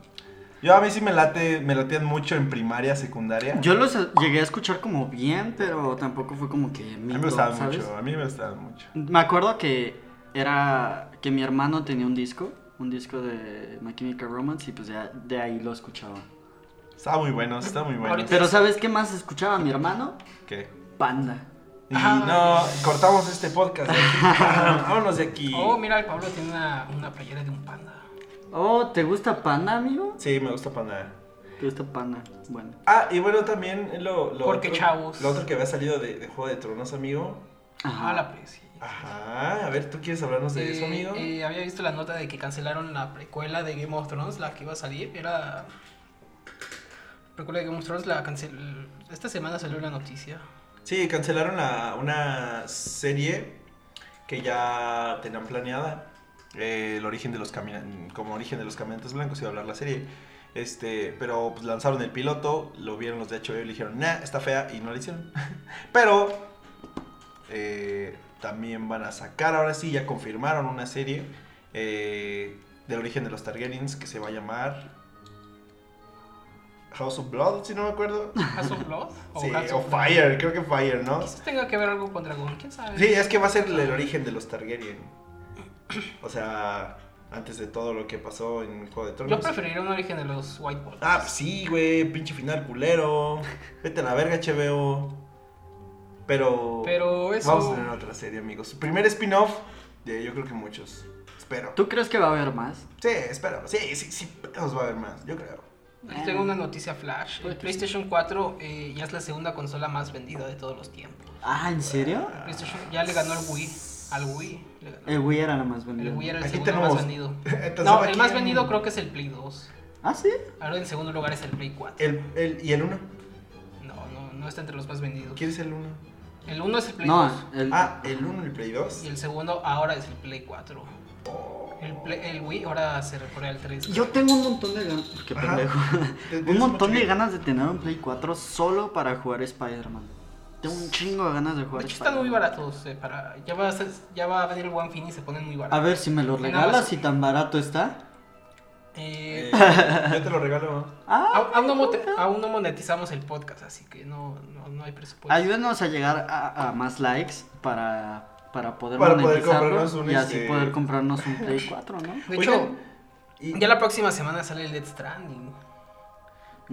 A: Yo a mí sí me late, me latean mucho en primaria, secundaria.
B: Yo los eh, llegué a escuchar como bien, pero tampoco fue como que
A: a mí
B: mito,
A: me gustaban
B: ¿sabes?
A: mucho, a mí me gustaban mucho.
B: Me acuerdo que era que mi hermano tenía un disco, un disco de My Chemical Romance y pues ya de ahí lo escuchaba.
A: Estaba muy bueno, estaba muy bueno.
C: Ahorita-
B: Pero ¿sabes qué más escuchaba mi hermano?
A: ¿Qué?
B: Panda.
A: Y
C: Ajá.
A: no, cortamos este podcast. de aquí. Vámonos de aquí.
C: Oh, mira, el Pablo tiene una, una playera de un panda.
B: Oh, ¿te gusta Panda, amigo?
A: Sí, me gusta Panda.
B: ¿Te gusta Panda? Bueno.
A: Ah, y bueno, también lo, lo
C: Porque
A: otro,
C: chavos.
A: Lo otro que había salido de, de Juego de Tronos, amigo.
C: Ah,
B: Ajá.
C: la pre, sí.
A: Ajá, a ver, ¿tú quieres hablarnos de eso,
C: Eh,
A: amigo?
C: eh, había visto la nota de que cancelaron la precuela de Game of Thrones, la que iba a salir. Era. Precuela de Game of Thrones, la cancel. Esta semana salió la noticia.
A: Sí, cancelaron la- una serie que ya tenían planeada. eh, el origen de los caminantes, como origen de los caminantes blancos iba a hablar la serie. Este, pero pues lanzaron el piloto, lo vieron los de HBO y le dijeron, nah, está fea, y no la hicieron. pero eh, también van a sacar, ahora sí, ya confirmaron una serie eh, del origen de los Targaryens que se va a llamar House of Blood, si no me acuerdo.
C: ¿House of Blood?
A: Sí,
C: House
A: o
C: of Blood.
A: Fire, creo que Fire, ¿no?
C: Quizás tenga que ver algo con Dragón, quién sabe.
A: Sí, es que va a ser el origen de los Targaryen. O sea, antes de todo lo que pasó en Juego de Tronos.
C: Yo preferiría un origen de los White Walkers.
A: Ah, pues sí, güey, pinche final culero. Vete a la verga, HBO. Pero,
C: Pero eso.
A: oh. vamos a tener otra serie, amigos. Primer spin-off de yo creo que muchos. Espero.
B: ¿Tú crees que va a haber más?
A: Sí, espero. Sí, sí, sí, nos va a haber más, yo creo.
C: Aquí tengo una noticia flash. El PlayStation 4 eh, ya es la segunda consola más vendida de todos los tiempos.
B: Ah, ¿en serio?
C: PlayStation ya le ganó al Wii. Al Wii. le ganó.
B: El Wii era la más vendida.
C: El Wii era el
A: Mm, Aquí
C: segundo
A: tenemos-
C: más vendido.
A: Entonces,
C: No, el
A: aquí
C: más
A: en-
C: vendido creo que es el Play 2.
B: ¿Ah, sí?
C: Ahora en segundo lugar es el Play 4.
A: El, el, ¿Y el 1? Eh,
C: No, no, no está entre los más vendidos.
A: ¿Quién es el 1?
C: El uno es el Play
B: No,
C: 2.
B: el...
A: Ah, el 1 y el Play 2.
C: Y el segundo ahora es el Play 4. El, Play- el Wii ahora se recorre al 3.
B: Yo tengo un montón de ganas... Qué
A: Ajá.
B: pendejo.
A: Tienes
B: un montón
A: mucho-
B: de ganas de tener un Play 4 solo para jugar Spider-Man. Tengo un chingo de ganas de
C: De
B: jugar
C: hecho están muy
B: Spider-Man.
C: baratos. eh, para, ya, va a ser- ya va a venir el One Fin y se ponen muy
B: A
C: baratos.
B: ver si me lo
C: En
B: regalas
C: Amazon.
B: y tan barato está.
A: Eh,
C: Eh,
A: yo te lo regalo.
B: Ah,
C: aún, aún no mote- aún no monetizamos el podcast, así que no, no, no hay presupuesto.
B: ayúdenos a llegar a, a más likes para, para poder
A: Para poder
B: monetizarlo
A: comprarnos un,
B: y así
A: este-
B: poder comprarnos un Play 4, ¿no?
C: De
A: Oigan,
C: hecho,
A: y-
C: ya la próxima semana sale el Dead Stranding. El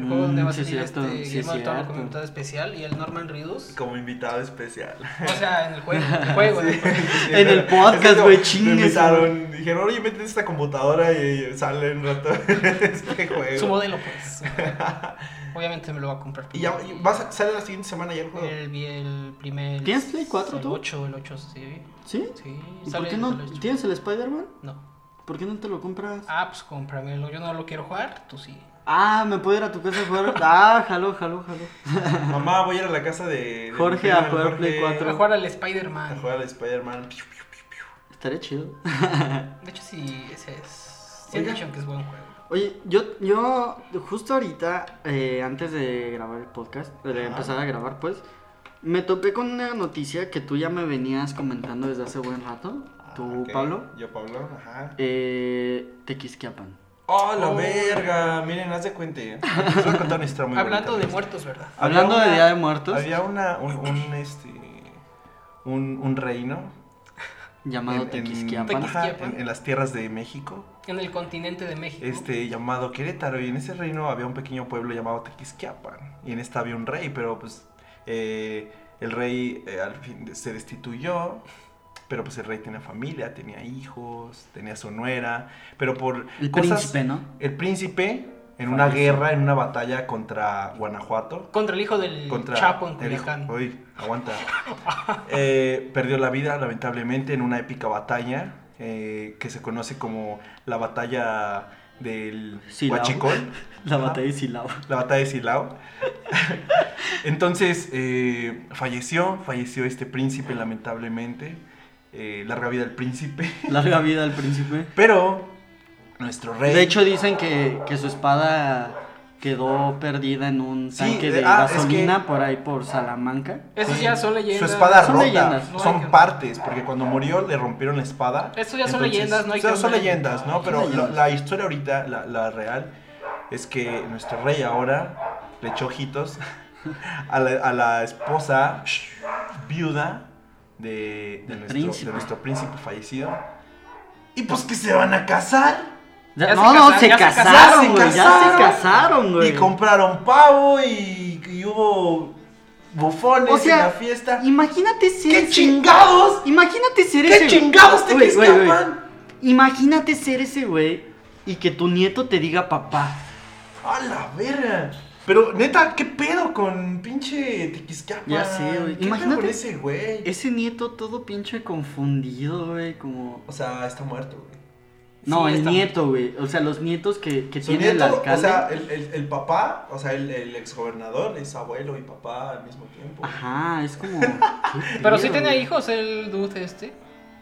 B: Mm,
C: juego donde va a
B: sí es
C: salir este
B: cierto, sí es
C: Game of Thrones
B: cierto.
C: con invitado especial y el Norman Reedus.
A: Como invitado especial.
C: O sea, en el juego, en el juego. en el juego.
B: En el podcast,
A: Es como,
B: güey,
A: me
B: chingues,
A: invitaron, Dijeron, oye, métete esta computadora y sale un rato este
C: Su
A: juego.
C: modelo, pues. Obviamente me lo va a comprar.
A: Y ya, y vas a- sale la siguiente semana ya el juego.
B: Eh.
C: El, el primer.
B: ¿Tienes Play 4
C: el
B: tú?
C: 8, el 8, sí.
B: ¿Sí?
C: Sí,
B: ¿Y por
C: sale
B: qué
C: sale
B: no?
C: el 8.
B: ¿Tienes el Spider-Man?
C: No.
B: ¿Por qué no te lo compras?
C: Ah, pues cómpramelo. Yo no lo quiero jugar, tú sí.
B: Ah, me puedo ir a tu casa a jugar. Ah, jaló, jaló, jaló.
A: Mamá, voy a ir a la casa de. de mi
B: Jorge
A: prima,
B: a
A: del
B: jugar Play
C: Pero
B: 4.
C: jugar al
A: A
C: Spider-Man.
A: jugar al Spider-Man.
B: Estaría chido.
C: De hecho, sí, ese es. Sí, han
B: Oiga.
C: dicho que es buen juego.
B: Oye, yo, yo justo ahorita, eh, antes de grabar el podcast, de
A: Ajá.
B: empezar a grabar, pues, me topé con una noticia que tú ya me venías comentando desde hace buen rato, tú,
A: Ah, ok.
B: Pablo,
A: Yo, Pablo, ajá.
B: eh, Tequisquiapan.
A: ¡Oh, la
C: Oh.
A: verga! Miren, haz de cuenta. Les voy a contar una historia muy
C: Hablando de
B: pues.
A: bonita. pues.
C: muertos, ¿verdad?
A: Había
B: Hablando de
A: una-
B: Día de Muertos,
A: Había una, un, un, este, un, un reino
B: llamado Tequisquiapan.
C: Tequis-
A: ajá, en- en las tierras de México,
C: En el continente de México.
A: este, llamado Querétaro. Y en ese reino había un pequeño pueblo llamado Tequisquiapan. Y en esta había un rey, pero pues eh, el rey eh, al fin se destituyó. Pero pues el rey tenía familia, tenía hijos, tenía su nuera. Pero por
B: El
A: cosas-
B: príncipe, ¿no?
A: El príncipe en una
B: Falleció.
A: guerra, en una batalla contra Guanajuato.
C: Contra el hijo del
A: contra
C: Chapo en
A: el hijo-
C: Culiacán.
A: Uy, aguanta. Eh, perdió la vida, lamentablemente, en una épica batalla eh, que se conoce como la batalla del
B: Silao.
A: Huachicol,
B: La batalla de Silao.
A: la batalla de Silao. Entonces, eh, falleció, falleció este príncipe lamentablemente. Eh, larga vida al príncipe.
B: Larga vida al príncipe.
A: Pero nuestro rey...
B: De hecho, dicen que, que su espada quedó perdida en un
A: Sí,
B: tanque
A: eh,
B: de
A: ah, es
B: gasolina
A: que-
B: por ahí por Salamanca.
C: Eso
A: Sí.
C: ya son leyendas.
A: Su espada
B: Son
A: rota.
B: leyendas.
A: Son
C: No hay que-
A: partes, porque cuando murió le rompieron la espada.
C: Eso ya son leyendas, no hay
A: o sea,
C: que-
A: Son leyendas, ¿no?
B: Son
A: Pero la,
B: leyendas.
A: la historia ahorita, la, la real, es que nuestro rey ahora le echó ojitos a la, a la esposa viuda de, de
B: Del
A: nuestro,
B: príncipe.
A: de nuestro príncipe fallecido. Y pues que se van a casar.
C: Ya se
B: no, no,
C: casaron,
B: se
C: ya se
B: casaron,
A: casaron,
B: güey.
A: se
B: Ya se
A: casaron.
B: casaron, güey.
A: Y compraron pavo y, y hubo bufones
B: O sea,
A: en la fiesta.
B: Imagínate ser
A: ¡Qué
B: ese-
A: chingados!
B: Imagínate ser ese.
A: ¡Qué chingados te
B: Güey,
A: que
B: güey, güey.
A: escapan!
B: Imagínate ser ese güey y que tu nieto te diga papá.
A: ¡A la verga! Pero neta, ¿qué pedo con pinche Tequisquiapan?
B: Ya sé, güey.
A: ¿Qué pedo con
B: Imagínate-
A: ese güey?
B: Ese nieto todo pinche confundido, güey, como...
A: O sea, está muerto, güey.
B: No,
C: Sí,
B: el
C: está-
B: nieto, güey. O sea, los nietos que, que
A: Su
B: tiene el
A: nieto, o
B: alcalde.
A: sea, el, el- el papá, o sea, el, el exgobernador es abuelo y papá al mismo tiempo.
B: Ajá, es como... ¿qué
C: Pero
B: pedo,
C: sí tenía
B: güey?
C: hijos el dude este.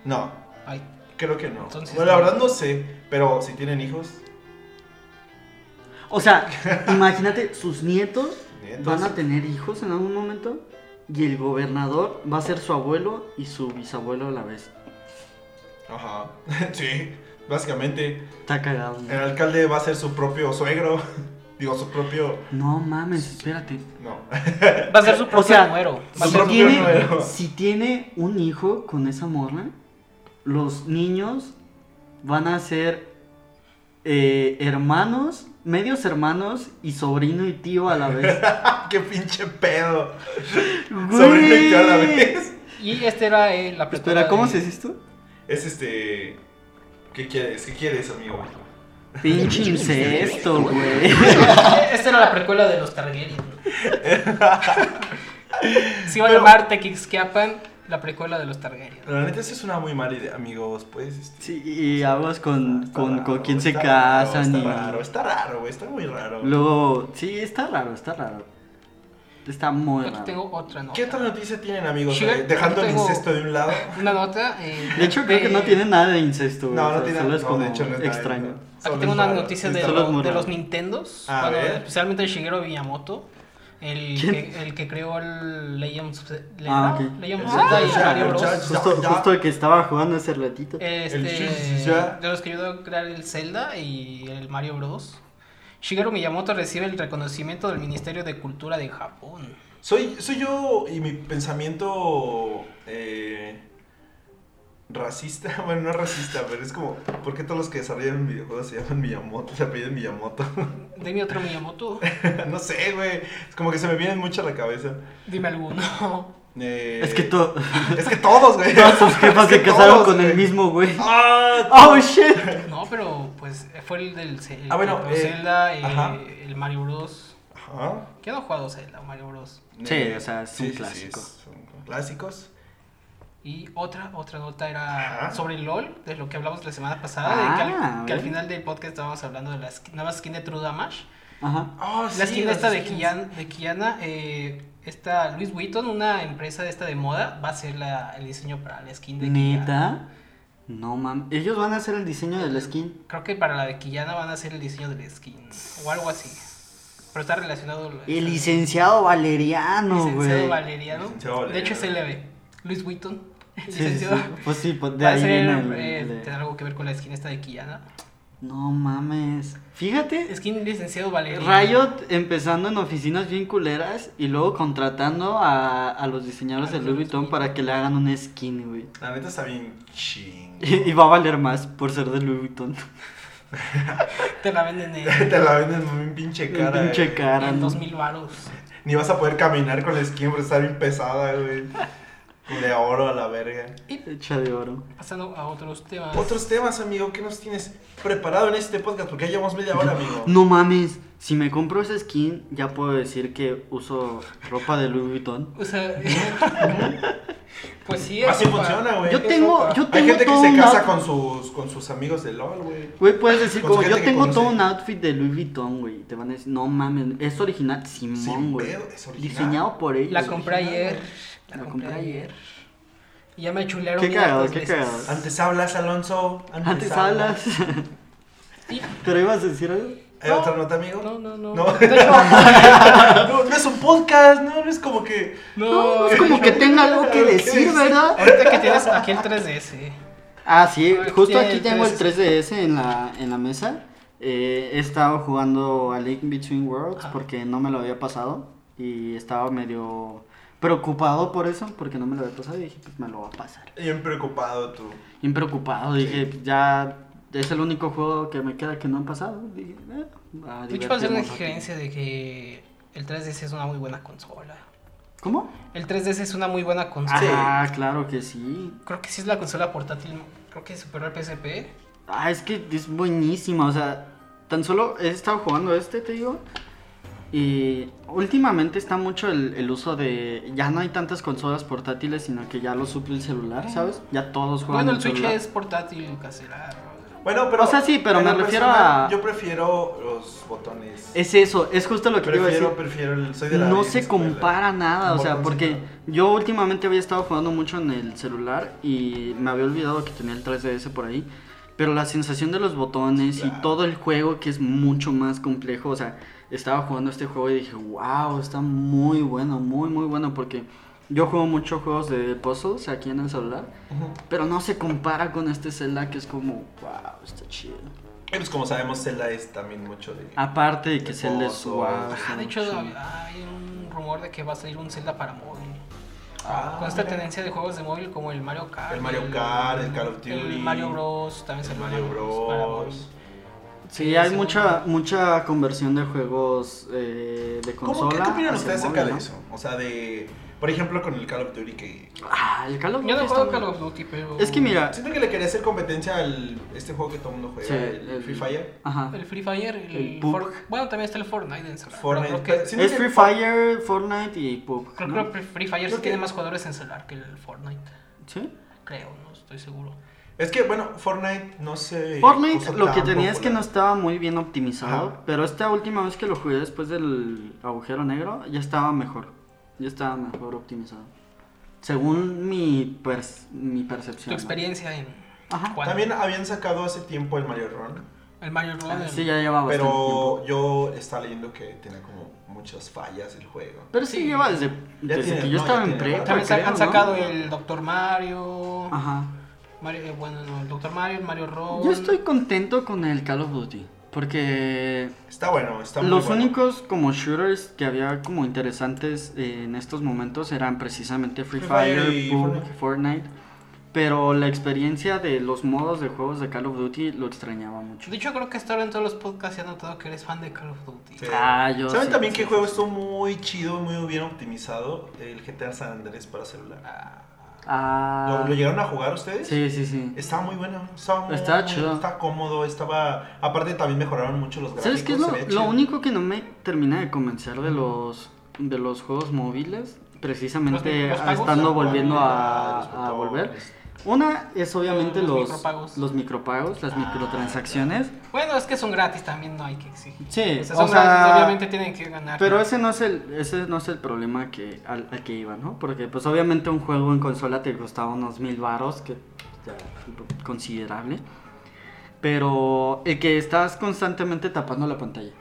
A: No,
C: Ay,
A: creo que no.
C: Entonces,
A: bueno, la
C: no.
A: verdad no sé, pero si tienen hijos,
B: O sea, imagínate, sus nietos
A: nietos.
B: van a tener hijos en algún momento y el gobernador va a ser su abuelo y su bisabuelo a la vez.
A: Ajá, sí. Básicamente,
B: Está cagado. güey.
A: el alcalde va a ser su propio suegro. Digo, su propio.
B: No mames, espérate.
A: No.
C: Va a ser su propio
B: Eh, sea,
C: nuero.
A: su
C: Va a
B: Si
C: ser
A: propio
B: tiene,
A: nuero.
B: si tiene un hijo con esa morra, los niños van a ser eh, hermanos, medios hermanos y sobrino y tío a la vez.
A: ¡Ah, ¡Qué pinche pedo!
B: Güey.
A: Sobrino y tío a la vez.
C: Y este era eh, la apertura
B: Espera, ¿cómo
C: de-
B: se dice esto?
A: Es este. ¿Qué quieres? ¿Qué quieres, amigo?
B: Pinche incesto, güey.
C: Eh, Esta era la precuela de los Targaryen. Se iba a llamar Tequixquiapan, la precuela de los Targaryen.
A: La neta, eso es una muy mala idea, amigos. Pues. este,
B: Sí, y aguas con,
A: está
B: con,
A: raro,
B: con quién se
A: está
B: casan
A: raro,
B: y...
A: Está raro, está raro, güey. Está muy raro.
B: Luego, sí, está raro, está raro. Está muy
C: Aquí
B: raro.
C: tengo otra nota.
A: ¿Qué otra noticia tienen, amigos?
C: Chica,
A: Eh, Dejando
C: yo
A: el
C: tengo-
A: incesto de un lado.
C: Una nota. eh,
B: De hecho, creo que no tiene nada de incesto. güey,
A: No,
B: o
A: no
B: sea,
A: tiene.
B: Solo es
A: no,
B: como
A: de hecho, no es nada,
B: extraño.
A: no. Solo
C: Aquí tengo
A: es
C: una
A: raro,
C: noticia
A: es
C: de,
B: Solo
A: raro.
C: lo-
B: es muy
C: de
B: raro.
C: los Nintendos.
A: A
C: bueno,
A: ver.
C: especialmente de Shigeru Miyamoto. El
B: ¿Quién?
C: que, el que creó el Legend of Ze- Le-
B: Ah,
C: no,
B: ok.
C: Legend of
A: El
C: Zelda y
A: Zelda,
C: Mario
A: el
C: Bros.
A: Zelda.
B: Justo,
A: Ya. Eh,
B: justo el que estaba jugando ese ratito.
A: El
C: Este,
A: Zelda.
C: de los que ayudó a crear el Zelda y el Mario Bros. Shigeru Miyamoto recibe el reconocimiento del Ministerio de Cultura de Japón.
A: Soy, soy yo y mi pensamiento. eh, Racista, bueno, no racista, pero es como, ¿por qué todos los que desarrollan videojuegos se llaman Miyamoto? Se apellidan Miyamoto.
C: Dime otro Miyamoto.
A: no sé, güey. Es como que se me vienen mucho a la cabeza.
C: Dime alguno.
A: Eh,
B: Es que to-
A: Es que todos, güey.
B: todos sus jefas
A: Es que
B: se casaron
A: todos,
B: con el
A: güey.
B: mismo güey.
A: Ah,
B: Oh shit.
C: No, pero pues fue el del Ce- el
A: Ah, bueno,
C: Mario
A: eh,
C: Zelda, eh,
A: ajá.
C: el Mario Bros.
A: Ajá.
C: ¿Quién no ha jugado Zelda o Mario Bros?
B: Sí, o sea, es un clásico.
A: son clásicos.
C: Y otra, otra nota era
A: Ajá.
C: sobre LOL, de lo que hablamos la semana pasada,
B: Ah,
C: de que, al,
B: a
C: que al
B: ver.
C: final del podcast estábamos hablando de la sk- nueva skin de True Damage.
B: Ajá.
A: Ah,
C: la
A: sí,
C: skin
A: las
C: esta de,
A: skins.
C: Kian- de Kiana, eh, esta Luis Vuitton, una empresa esta de moda, va a hacer la- el diseño para la skin de Kiana.
B: Neta. No mames. Ellos van a hacer el diseño del skin.
C: Creo que para la de Kiana van a hacer el diseño de la skin, o algo así. Pero está relacionado...
B: El licenciado Valeriano,
C: Licenciado
B: güey.
C: Valeriano.
A: Licenciado
C: De hecho, es
A: Valeriano.
C: LB. Luis Vuitton.
B: Sí, sí, sí.
C: licenciado.
B: Pues sí, pues de
C: Va a
B: ahí
C: ser,
B: viene el-
C: eh,
B: el de-
C: tener algo que ver con la skin esta de Kiana.
B: No mames. Fíjate,
C: Skin licenciado Valeriano.
B: Riot empezando en oficinas bien culeras y luego contratando a, a los diseñadores de Louis Vuitton para que le hagan un skin, güey.
A: La neta está bien ching.
B: Y, va a valer más por ser de Louis Vuitton.
C: Te la venden en,
A: Te la venden muy pinche
B: En
A: cara.
B: pinche
A: güey.
B: cara,
C: eh. en
B: ¿no?
C: 2000 varos.
A: Ni vas a poder caminar con la skin porque está bien pesada, güey. De oro a la verga.
B: Hecha de oro.
C: Pasando a otros temas.
A: Otros temas, amigo, ¿qué nos tienes preparado en este podcast? Porque ya llevamos media hora, amigo.
B: No mames, si me compro esa skin, ya puedo decir que uso ropa de Louis Vuitton.
C: O sea, Pues sí, es
A: Así
C: sopa.
A: funciona, güey.
B: Yo tengo, yo
A: Hay
B: tengo
A: gente que
B: todo
A: se
B: un
A: casa
B: out-
A: con sus, con sus amigos de LOL, güey.
B: Güey, puedes decir
A: con su
B: como, yo
A: gente que
B: tengo todo
A: conoce.
B: un outfit de Louis Vuitton, güey. Te van a decir, no mames, es original, Simón,
A: Sin
B: güey.
A: pedo, es original.
B: Diseñado por ellos.
C: La compré
B: original,
C: ayer.
B: güey.
C: La,
B: La
C: compré
B: compré
C: ayer. Y ya pues, me chulearon.
B: Qué
C: una
B: cagado,
C: dos
B: qué
C: veces.
B: cagado.
A: Antes hablas, Alonso. Antes,
B: Antes hablas.
C: Sí.
B: Pero ibas a decir algo.
A: ¿Hay
C: No,
A: Eh, otra nota, amigo?
C: No, no, no.
A: No.
C: De hecho,
A: No, no es un podcast, no, no es como que.
C: no.
B: es como que tenga algo que
A: ¿Qué
B: decir,
A: decir?
B: ¿verdad?
C: Ahorita que tienes aquí el 3DS.
B: Ah, sí,
C: Aquí
B: justo
C: tiene
B: aquí
C: el
B: tengo el
C: 3DS.
B: 3DS en la, en la mesa. Eh, he estado jugando a Link Between Worlds
C: Ajá.
B: porque no me lo había pasado y estaba medio preocupado por eso porque no me lo había pasado y dije, pues me lo va a pasar.
A: Bien preocupado tú.
B: Bien preocupado, dije, ya es el único juego que me queda que no han pasado. Dije, eh, a
C: De hecho, va a ser
B: divertirnos
C: una
B: aquí.
C: sugerencia de que el 3DS es una muy buena consola.
B: ¿Cómo?
C: El 3DS es una muy buena consola.
B: Ah, claro que sí.
C: Creo que sí es la consola portátil. Creo que superó al PSP.
B: Ah, es que es buenísima, o sea, tan solo he estado jugando este, te digo. Y últimamente está mucho el, el uso de. Ya no hay tantas consolas portátiles, sino que ya lo suple el celular, ¿sabes? Ya todos juegan
C: Bueno,
B: en
C: el Switch
B: celular.
C: es portátil, casera.
A: Bueno, pero.
B: O sea, sí, pero
A: en
B: me
A: lo
B: refiero a-
A: Yo prefiero los botones.
B: Es eso, es justo lo que te iba a decir.
A: Prefiero, prefiero. el- Soy de la
B: no
A: vieja
B: se
A: escuela.
B: compara nada, o sea,
A: Botoncito.
B: porque yo últimamente había estado jugando mucho en el celular y me había olvidado que tenía el 3DS por ahí, pero la sensación de los botones
A: Claro.
B: y todo el juego que es mucho más complejo, o sea, estaba jugando este juego y dije, wow, está muy bueno, muy, muy bueno, porque yo juego muchos juegos de puzzles aquí en el celular,
A: Ujú.
B: pero no se compara con este Zelda que es como, wow, está chido.
A: Y pues como sabemos, Zelda es también mucho de.
B: Aparte de que
A: De
B: Zelda es
A: puzzles.
B: wow.
C: Ah, de hecho,
B: sí.
C: hay un rumor de que va a salir un Zelda para móvil.
A: Ah,
C: Con esta
A: mira.
C: tendencia de juegos de móvil como el Mario Kart.
A: El Mario Kart, el Call of Duty,
C: El Mario Bros. También
A: El
C: salió
A: Mario
C: para
A: Bros.
C: móvil.
B: Sí, hay
C: Sí,
B: mucha mucha conversión de juegos eh, de
A: ¿Cómo,
B: consola.
A: ¿Qué qué opinan
B: hacia
A: ustedes acerca de
B: móvil,
A: eso? O sea, de. Por ejemplo, con el Call of Duty que.
B: ¿no? Ah, el Call of
C: Yo no
B: Duty
C: juego
B: está
C: Call
B: muy-
C: of Duty, pero.
B: Es que mira,
A: Siento que le quería hacer competencia al. Este juego que todo el mundo juega,
B: Sí,
A: el,
B: el-
A: Free Fire.
B: ajá.
C: El Free Fire, el.
B: El PUBG.
C: For- Bueno, también está el Fortnite en celular.
A: Fortnite,
C: pero
A: pero
C: Creo que,
A: siento
B: Es
A: que-
B: Free Fire, Fortnite y PUBG.
C: creo
B: ¿no?
C: que el Free Fire
A: Creo
C: sí
A: que-
C: tiene más jugadores en celular que el Fortnite.
B: Sí.
C: Creo, no estoy seguro.
A: Es que, bueno, Fortnite no se.
B: Fortnite
A: puso
B: lo que
A: tan
B: tenía es que no
A: popular.
B: estaba muy bien optimizado,
A: Ajá.
B: pero esta última vez que lo jugué después del agujero negro ya estaba mejor. Ya estaba mejor optimizado. Según mi pers- mi
C: Tu
B: percepción. ¿no?
C: experiencia en.
B: Ajá.
C: ¿Cuál?
A: También habían sacado hace tiempo el Mario Run.
C: El Mario Bros.
B: Ah,
C: el-
B: Sí, ya llevaba bastante tiempo.
A: Pero yo estaba leyendo que tenía como muchas fallas el juego.
B: Pero sí,
C: Sí.
B: lleva desde, desde
A: tiene,
B: que
A: no,
B: yo
A: ya
B: estaba en
A: tiene
B: prepa.
A: rato.
C: También sa-
B: creo,
C: han
B: ¿no? Ah.
C: sacado el Doctor Mario.
B: Ajá.
C: Mario- eh, bueno, no, el Doctor Mario, el Mario Ron.
B: Yo estoy contento con el Call of Duty. Porque
A: Está bueno, está muy
B: los
A: bueno.
B: únicos como shooters que había como interesantes eh, en estos momentos eran precisamente Free
A: Free Fire
B: Fire,
A: y
B: PUBG,
A: Fortnite.
B: Fortnite. Pero la experiencia de los modos de juegos de Call of Duty lo extrañaba mucho.
C: De hecho, creo que hasta ahora en todos los podcasts he notado que eres fan de Call of Duty.
A: Sí.
B: Ah, yo
A: ¿Saben
B: sí,
A: también
B: sí,
A: qué
B: sí,
A: juego
B: sí.
A: estuvo muy chido, muy bien optimizado? El GTA San Andrés para celular.
B: Ah,
A: ¿Lo, lo llegaron a jugar ustedes?
B: sí, sí, sí.
A: Estaba muy bueno, estaba muy
B: Estaba chido.
A: Estaba cómodo, estaba... Aparte también mejoraron mucho los gráficos.
B: ¿Sabes qué es
A: se
B: lo,
A: veía
B: lo
A: chido.
B: único que no me termina de convencer de los de los juegos móviles? Precisamente
C: Los- los pagos,
B: estando
C: ¿no?
B: volviendo
A: Los
B: a, a
A: botones.
B: volver. Una es obviamente
C: Los
B: los,
C: micropagos.
B: los micropagos, las
A: Ah,
B: microtransacciones.
C: Bueno, es que son gratis también, no hay que exigir.
B: Sí,
C: O sea,
B: o
C: son gratis,
B: sea,
C: obviamente Ah, tienen que ganar.
B: Pero ese no es el, ese no es el problema que, al, al que iba, ¿no? Porque pues obviamente un juego en consola te costaba unos mil varos, que ya considerable. Pero el que estás constantemente tapando la pantalla.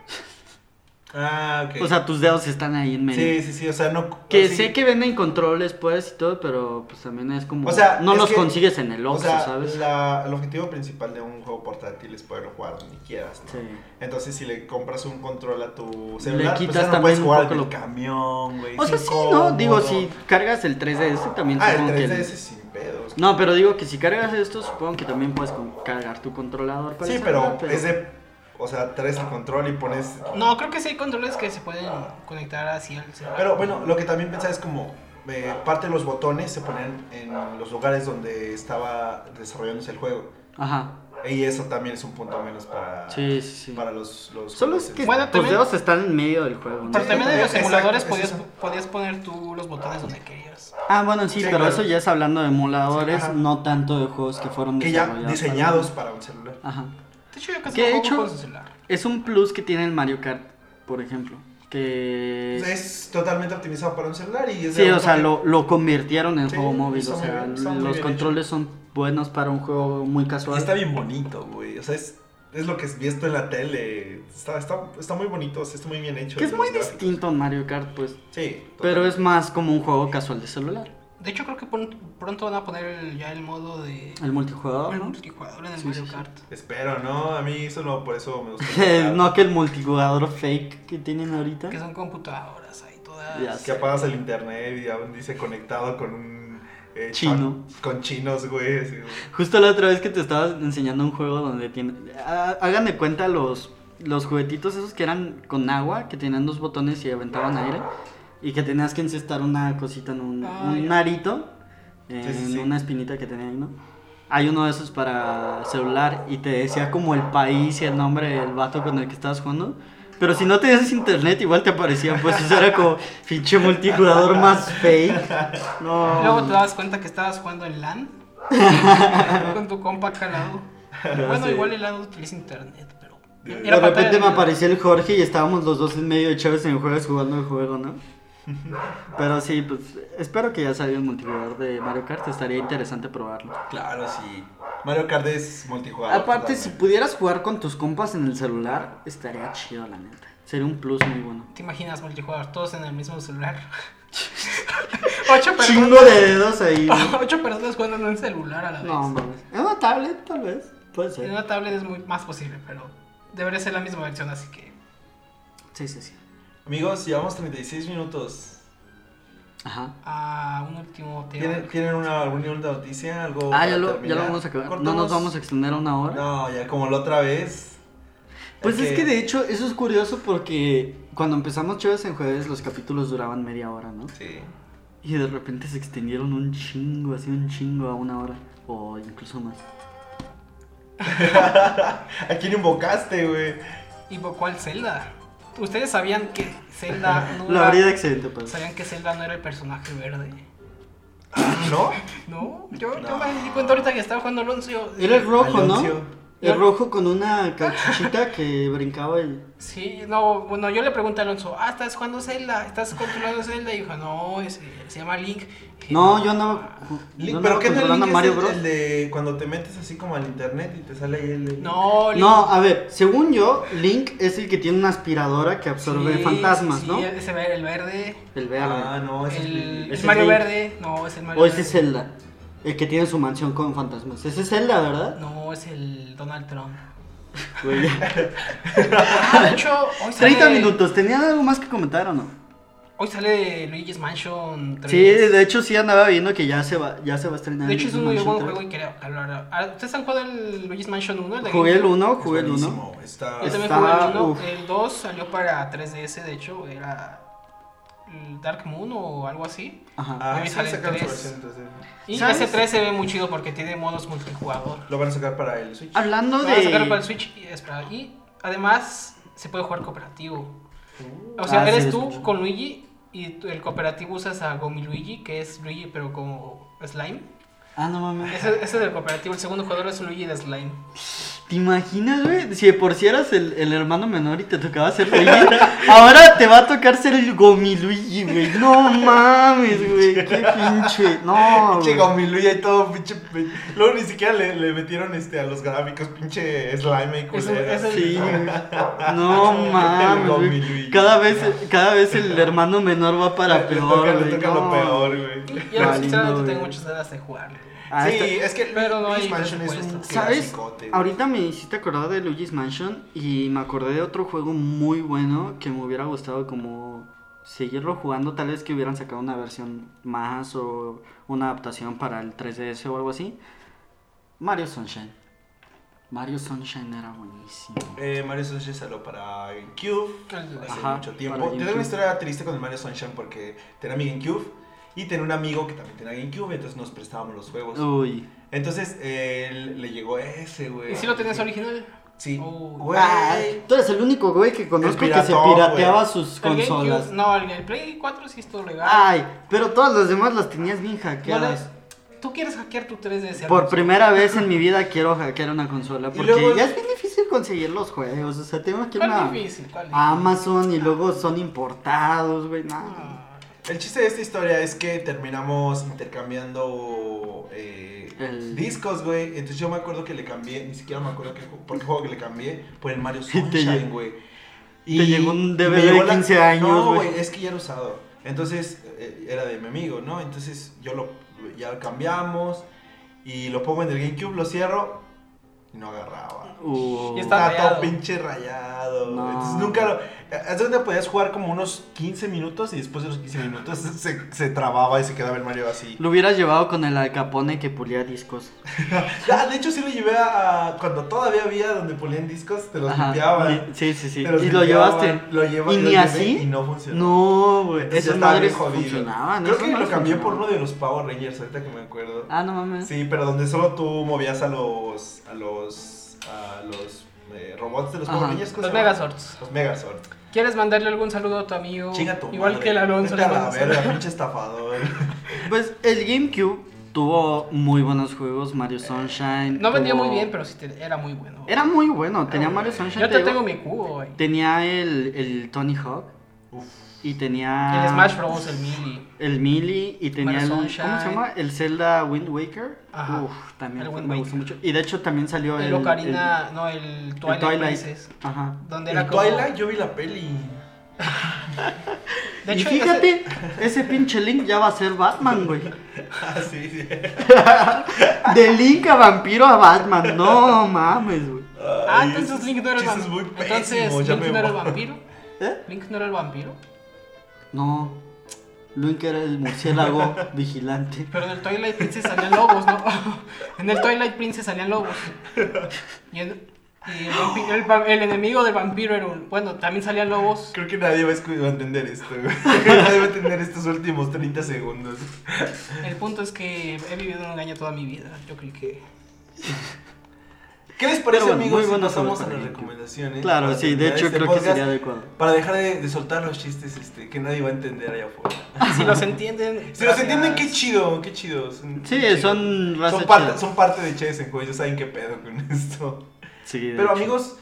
A: Ah, ok.
B: O sea, tus dedos están ahí en medio.
A: sí, sí, sí, o sea, no...
B: Que
A: sí.
B: sé que venden controles, pues, y todo, pero pues también es como...
A: O sea,
B: no
A: es
B: los
A: que-
B: consigues en el
A: O
B: Oxxo,
A: sea,
B: ¿sabes?
A: la- el objetivo principal de un juego portátil es poderlo jugar donde quieras, ¿no?
B: Sí.
A: Entonces, si le compras un control a tu celular,
B: quitas
A: pues ya no
B: también
A: puedes
B: un
A: jugar
B: poco
A: en el
B: lo-
A: camión, güey.
B: O
A: es
B: sea, sí,
A: incómodo.
B: ¿no? Digo, si cargas el 3DS también
A: Ah, el
B: supongo que...
A: 3DS es sin pedos.
B: No, pero digo que si cargas esto, supongo que también puedes con- cargar tu controlador. para
A: sí,
B: el
A: pero,
B: celular,
A: es de. O sea, traes el control y pones.
C: No, creo que sí hay controles que se pueden conectar así al celular.
A: Pero bueno, lo que también pensaba es como. eh, parte de los botones se ponían en los lugares donde estaba desarrollándose el juego.
B: Ajá.
A: Y eso también es un punto menos para,
B: Sí, sí, sí.
A: para los, los
B: Solo es
A: jueces.
B: que
C: Bueno,
B: tus
C: también-
B: dedos están en medio del juego. ¿no?
C: Pero también en los
A: Exacto,
C: simuladores
A: es
C: podías,
A: eso.
C: podías poner tú los botones donde querías.
B: Ah, bueno, sí,
A: Sí,
B: pero
A: claro.
B: eso ya es hablando de emuladores,
A: Sí, ajá.
B: no tanto de juegos que fueron
A: que ya
B: desarrollados para-
A: diseñados para un celular.
B: Ajá.
C: De hecho, yo casi
B: ¿Qué he
C: no
B: hecho?
C: juego con celular.
B: Es un plus que tiene el Mario Kart, por ejemplo. Que...
A: Es totalmente optimizado para un celular y es de
B: Sí, o
A: un
B: sea,
A: toque-
B: lo, lo convirtieron en
A: Sí,
B: juego móvil.
A: está
B: O
A: muy
B: sea,
A: bien, está muy
B: los
A: bien
B: controles son buenos para un juego muy
A: Y
B: casual.
A: está bien bonito, güey. O sea, es, es lo que es visto en la tele. Está, está, está muy bonito, o sea, está muy bien hecho.
B: Que es
A: los
B: muy
A: gráficos.
B: distinto a Mario Kart, pues.
A: Sí.
B: Pero
A: total.
B: es más como un juego casual de celular.
C: De hecho, creo que pon- pronto van a poner el- ya el modo de
B: El multijugador,
C: el
B: ¿no?
C: multijugador en el
B: Sí,
C: Mario
B: sí, sí.
C: Kart.
A: Espero, ¿no? A mí eso no, por eso me gusta.
B: no que el multijugador fake que tienen ahorita.
C: Que son computadoras ahí todas.
B: Ya
A: Que apagas el internet y aún dice conectado con un... eh,
B: Chino.
A: chan- Con chinos, güey. así, güey.
B: Justo la otra vez que te estaba enseñando un juego donde tiene... ah, Hagan de cuenta los, los juguetitos esos que eran con agua, que tenían dos botones y aventaban aire. Y que tenías que encestar una cosita en un,
C: Ah,
B: un
C: ya.
B: arito, en
A: Sí, sí, sí.
B: una espinita que tenía ahí, ¿no? Hay uno de esos para celular y te decía como el país y el nombre del vato con el que estabas jugando. Pero si no tenías internet, igual te aparecía, pues eso era como pinche multijugador más fake. No.
C: Luego te dabas cuenta que estabas jugando en LAN con tu compa acá al lado.
B: Ya
C: bueno,
B: sé.
C: igual el lado utiliza internet, pero.
A: De
B: de repente
C: pantalla
B: me
C: de-
B: apareció el Jorge y estábamos los dos en medio de Chávez en juegos jugando el juego, ¿no? Pero sí, pues espero que ya salga el multijugador de Mario Kart, estaría interesante probarlo.
A: Claro, sí. Mario Kart es multijugador.
B: Aparte, si
A: totalmente.
B: pudieras jugar con tus compas en el celular, estaría chido, la neta. Sería un plus muy bueno.
C: ¿Te imaginas multijugador? Todos en el mismo celular. ocho, personas,
B: Chingo de dedos ahí. No,
C: ocho personas jugando en un celular a la vez.
B: no mames. En una tablet, tal vez. Puede
C: en
B: ser.
C: una tablet es muy más posible, pero debería ser la misma versión, así que.
B: Sí, sí, sí.
A: Amigos, llevamos 36 minutos.
B: Ajá.
C: A un último tema.
A: ¿Tienen, ¿tienen una, alguna última noticia? ¿Algo
B: Ah,
A: Oh, para
B: ya lo, ya
A: terminar?
B: lo vamos a acabar. No nos
A: Cortamos.
B: vamos a extender a una hora.
A: No, ya como la otra vez.
B: Pues
A: Ya
B: es que de hecho eso es curioso porque cuando empezamos Chéves en Jueves los capítulos duraban media hora, ¿no?
A: Sí.
B: Y de repente se extendieron un chingo, así un chingo a una hora o incluso más.
A: ¿A quién invocaste, güey?
C: Invocó al Zelda. ¿Ustedes sabían que Zelda no
A: Ah.
B: La
C: era-
B: abrí de excelente, pues.
C: ¿Sabían que Zelda no era el personaje verde?
A: Ah, ¿No?
C: No, yo, yo
A: No.
C: me di cuenta ahorita que estaba jugando Alonso.
B: Era el rojo,
A: Alonso.
B: ¿no? El rojo con una cachuchita que brincaba y...
C: Sí, no, bueno, yo le pregunté a Alonso, ah, ¿estás jugando Zelda? ¿Estás controlando Zelda? Y dijo, no, es- se llama Link. Y dije,
B: No, yo andaba... yo
A: Ah. Link,
B: andaba
A: ¿Pero qué no el
B: controlando
A: link
B: a pues, Mario
A: es el,
B: Bros.
A: el de cuando te metes así como al internet y te sale ahí el... el-
C: No, Link.
B: No, a ver, según yo, Link es el que tiene una aspiradora que absorbe
C: Sí,
B: fantasmas,
C: sí,
B: ¿no?
C: ese ve- el verde.
B: El verde.
A: Ah, no, ese
C: El,
A: es
C: el
B: ese
C: Mario
B: es Link.
C: verde. No, es el Mario
B: O ese es
C: verde.
B: Zelda, el que tiene su mansión con fantasmas. Ese es Zelda, ¿verdad?
C: No, es el Donald Trump.
B: Güey.
C: Ah, de hecho, hoy sale,
B: 30 minutos, ¿tenían algo más que comentar o no?
C: Hoy sale Luigi's Mansion 3.
B: Sí, de hecho sí andaba viendo que ya se va, ya se va a estrenar.
C: De hecho, es un
B: Ah,
C: muy
B: Mansion
C: buen
B: 3.
C: juego y quería hablar. Ah, ¿Ustedes han jugado el Luigi's Mansion 1? El de
B: Jugué el
C: GameCube?
B: 1,
A: es
B: jugué el 1.
A: buenísimo, Está...
C: Yo también
B: Está-
C: jugué el 1.
B: uf.
C: El 2 salió para 3DS, de hecho, era mm, Dark Moon o algo así.
B: Ajá.
A: Ah,
C: Ahí
A: sí,
C: sale
A: sacaron su
C: tres.
A: versión, entonces.
C: Y
B: ¿Sabes?
C: ese 3 se ve muy chido porque tiene modos multijugador.
A: Lo van a sacar para el Switch.
B: Hablando
C: Lo van a sacar para el
B: de.
C: Switch y, espera, y además se puede jugar cooperativo. O sea,
B: Ah, sí,
C: eres
B: lo
C: tú
B: escuché.
C: con Luigi y tú- el cooperativo usas a Gomi Luigi, que es Luigi pero como slime.
B: Ah, no mames.
C: Ese, ese es el cooperativo, el segundo jugador es un Luigi de slime.
B: ¿Te imaginas, güey? Si de por si eras el, el hermano menor y te tocaba ser Luigi, ahora te va a tocar ser el Gomi Luigi, güey. No mames, güey. Qué pinche. No, güey.
A: Pinche Gomiluya y todo, pinche. Luego ni siquiera le, le metieron este a los gráficos, pinche slime y
C: Es el-
A: culera.
C: es el-
B: Sí, güey. No mames.
A: Gomi
B: güey.
A: Luigi.
B: Cada vez, cada vez el hermano menor va para
A: Le
B: peor.
A: toca, le
B: güey,
A: toca
B: no.
A: lo peor, güey.
C: Y yo
B: Valiendo,
C: sinceramente
B: güey.
C: tengo muchas ganas de jugarlo.
B: Ah,
A: sí,
B: está-
A: es que
C: pero no
A: Luigi's
C: hay
A: Mansion es un
C: presupuesto.
B: ¿Sabes?
A: clasicote, güey.
B: Ahorita me hiciste acordar de Luigi's Mansion y me acordé de otro juego muy bueno que me hubiera gustado como seguirlo jugando, tal vez que hubieran sacado una versión más o una adaptación para el 3DS o algo así. Mario Sunshine. Mario Sunshine era buenísimo.
A: Eh, Mario Sunshine salió para GameCube
C: El-
A: hace
B: Ajá,
A: mucho tiempo.
B: para
A: Yo tengo
B: GameCube.
A: una historia triste con el Mario Sunshine porque tenía mi GameCube Y tenía un amigo que también tenía GameCube, entonces nos prestábamos los juegos.
B: Uy.
A: Entonces él le llegó ese, güey.
C: ¿Y si lo tenías original?
A: Sí.
C: Oh.
A: Güey.
B: Ah, tú eres el único güey que conozco que se
A: piratón,
B: pirateaba
A: güey.
B: sus
C: El GameCube-
B: consolas.
C: No, el, el Play 4 sí es todo legal.
A: Ah.
B: Ay, pero todas las demás las tenías bien
C: No le-
B: hackeadas.
C: Tú quieres hackear tu 3DS.
B: Por
C: Alonso?
B: primera vez en mi vida quiero hackear una consola
A: Y
B: porque
A: luego-
B: ya es bien difícil conseguir los juegos. O sea, tengo que ir
C: ¿Cuál
B: a
C: difícil? ¿Cuál difícil?
B: Ah, Amazon y luego son importados, güey. No.
C: Ah,
A: El chiste de esta historia es que terminamos intercambiando eh,
B: El-
A: discos, güey. Entonces yo me acuerdo que le cambié, ni siquiera me acuerdo qué, ju- por qué juego que le cambié, por el Mario
B: Y te
A: Sunshine,
B: lle-
A: güey.
B: te llegó un
A: me
B: DVD de 15 años,
A: No,
B: güey.
A: güey, es que ya era usado. Entonces eh, era de mi amigo, ¿no? Entonces yo lo, ya lo cambiamos y lo pongo en el GameCube, lo cierro y no agarraba.
B: Uh,
C: Ah. Y está-
A: Estaba
C: rayado.
A: todo pinche rayado. güey.
B: No.
A: Entonces nunca lo. Haz de cuenta, podías jugar como unos 15 minutos y después de los 15 minutos se, se trababa y se quedaba el Mario así.
B: Lo hubieras llevado con el alcapone que pulía discos.
A: Ah, de hecho, sí lo llevé a. a- cuando todavía había donde ponían discos, te los
B: Ajá,
A: limpiaban.
B: y- Sí, sí, sí.
A: Te los
B: Y lo
A: limpiaban,
B: llevaste.
A: Lo lleva-
B: ¿Y
A: lo
B: ni
A: llevé
B: así?
A: Y no funcionó.
B: No, güey.
A: Entonces
B: Esas
A: estaba
B: madres
A: bien jodido.
B: funcionaban.
A: Creo
B: esas
A: que lo
B: madres
A: cambié por
B: funcionaban.
A: uno de los Power Rangers, ahorita que me acuerdo.
B: Ah, no mames.
A: Sí, pero donde solo tú movías a los. a los. a los eh, robots de los Power
B: Ajá.
A: Rangers. ¿cómo
C: Los
A: se llama?
C: Megazords.
A: Los Megazord.
C: ¿Quieres mandarle algún saludo a tu amigo?
A: Chinga tu
C: Igual
A: madre.
C: que el Alonso.
A: Vete a
C: le
A: la
C: mandas
A: verga,
C: saludos.
A: pinche estafador.
B: Pues el GameCube tuvo muy buenos juegos, Mario Sunshine.
C: No vendía
B: tuvo-
C: muy bien, pero sí te- era muy bueno.
B: Era muy bueno, tenía
A: muy
B: Mario
A: bueno.
B: Sunshine.
C: Yo
B: te
C: te
B: digo,
C: tengo mi cubo, güey.
B: Tenía el, el Tony Hawk
A: Uf.
B: y tenía...
C: El Smash Bros, el Melee.
B: El Melee y tenía el...
C: Mario
B: ¿Cómo se
C: Sunshine.
B: llama? El Zelda Wind Waker.
C: Ajá.
B: Uf, también
C: El
B: fue-
C: Wind
B: me
C: Waker.
B: gustó mucho. Y de hecho también salió el...
C: El Ocarina, no, el
B: el- el
C: Twilight,
B: Twilight.
C: Princess.
B: Ajá.
C: Donde era
A: El
C: como-
A: Twilight, yo vi la peli.
C: De hecho,
B: y fíjate, ese pinche Link ya va a ser Batman, güey.
A: Ah, sí, sí.
B: De Link a vampiro a Batman. No mames, güey.
C: Ah,
A: Ay,
C: entonces
A: esos
C: Link no era el
A: chistes muy
C: vampiro. Entonces,
A: pésimos, ya
C: Link
A: me
C: no era el
A: voy.
C: vampiro.
B: ¿Eh?
C: Link no era el vampiro.
B: No. Link era el murciélago vigilante.
C: Pero en el Twilight Princess salían lobos, ¿no? en el Twilight Princess salían lobos. Y, en- y el, vampi- el va- el enemigo del vampiro era un. Bueno, también salían lobos.
A: Creo que nadie va a escu- va a entender esto, güey. nadie va a entender estos últimos 30 segundos.
C: El punto es que he vivido un engaño toda mi vida. Yo creo que.
A: ¿Qué les parece,
B: Pero bueno,
A: amigos?
B: muy
A: si
B: buenos
A: pasamos a
B: juegos
A: las
B: para GameCube.
A: recomendaciones.
B: Claro,
A: para
B: sí, de
A: terminar
B: hecho
A: este
B: creo que
A: podcast,
B: sería adecuado.
A: Para dejar de, de soltar los chistes este, que nadie va a entender allá afuera.
C: Si los entienden.
A: Si los
C: gracias.
A: entienden, qué chido, qué chido. son-
B: Sí,
A: qué chido.
B: son raza
A: son parte,
B: chida.
A: son parte de Chess en juego, ellos saben qué pedo con esto.
B: Sí, de
A: Pero
B: hecho.
A: amigos,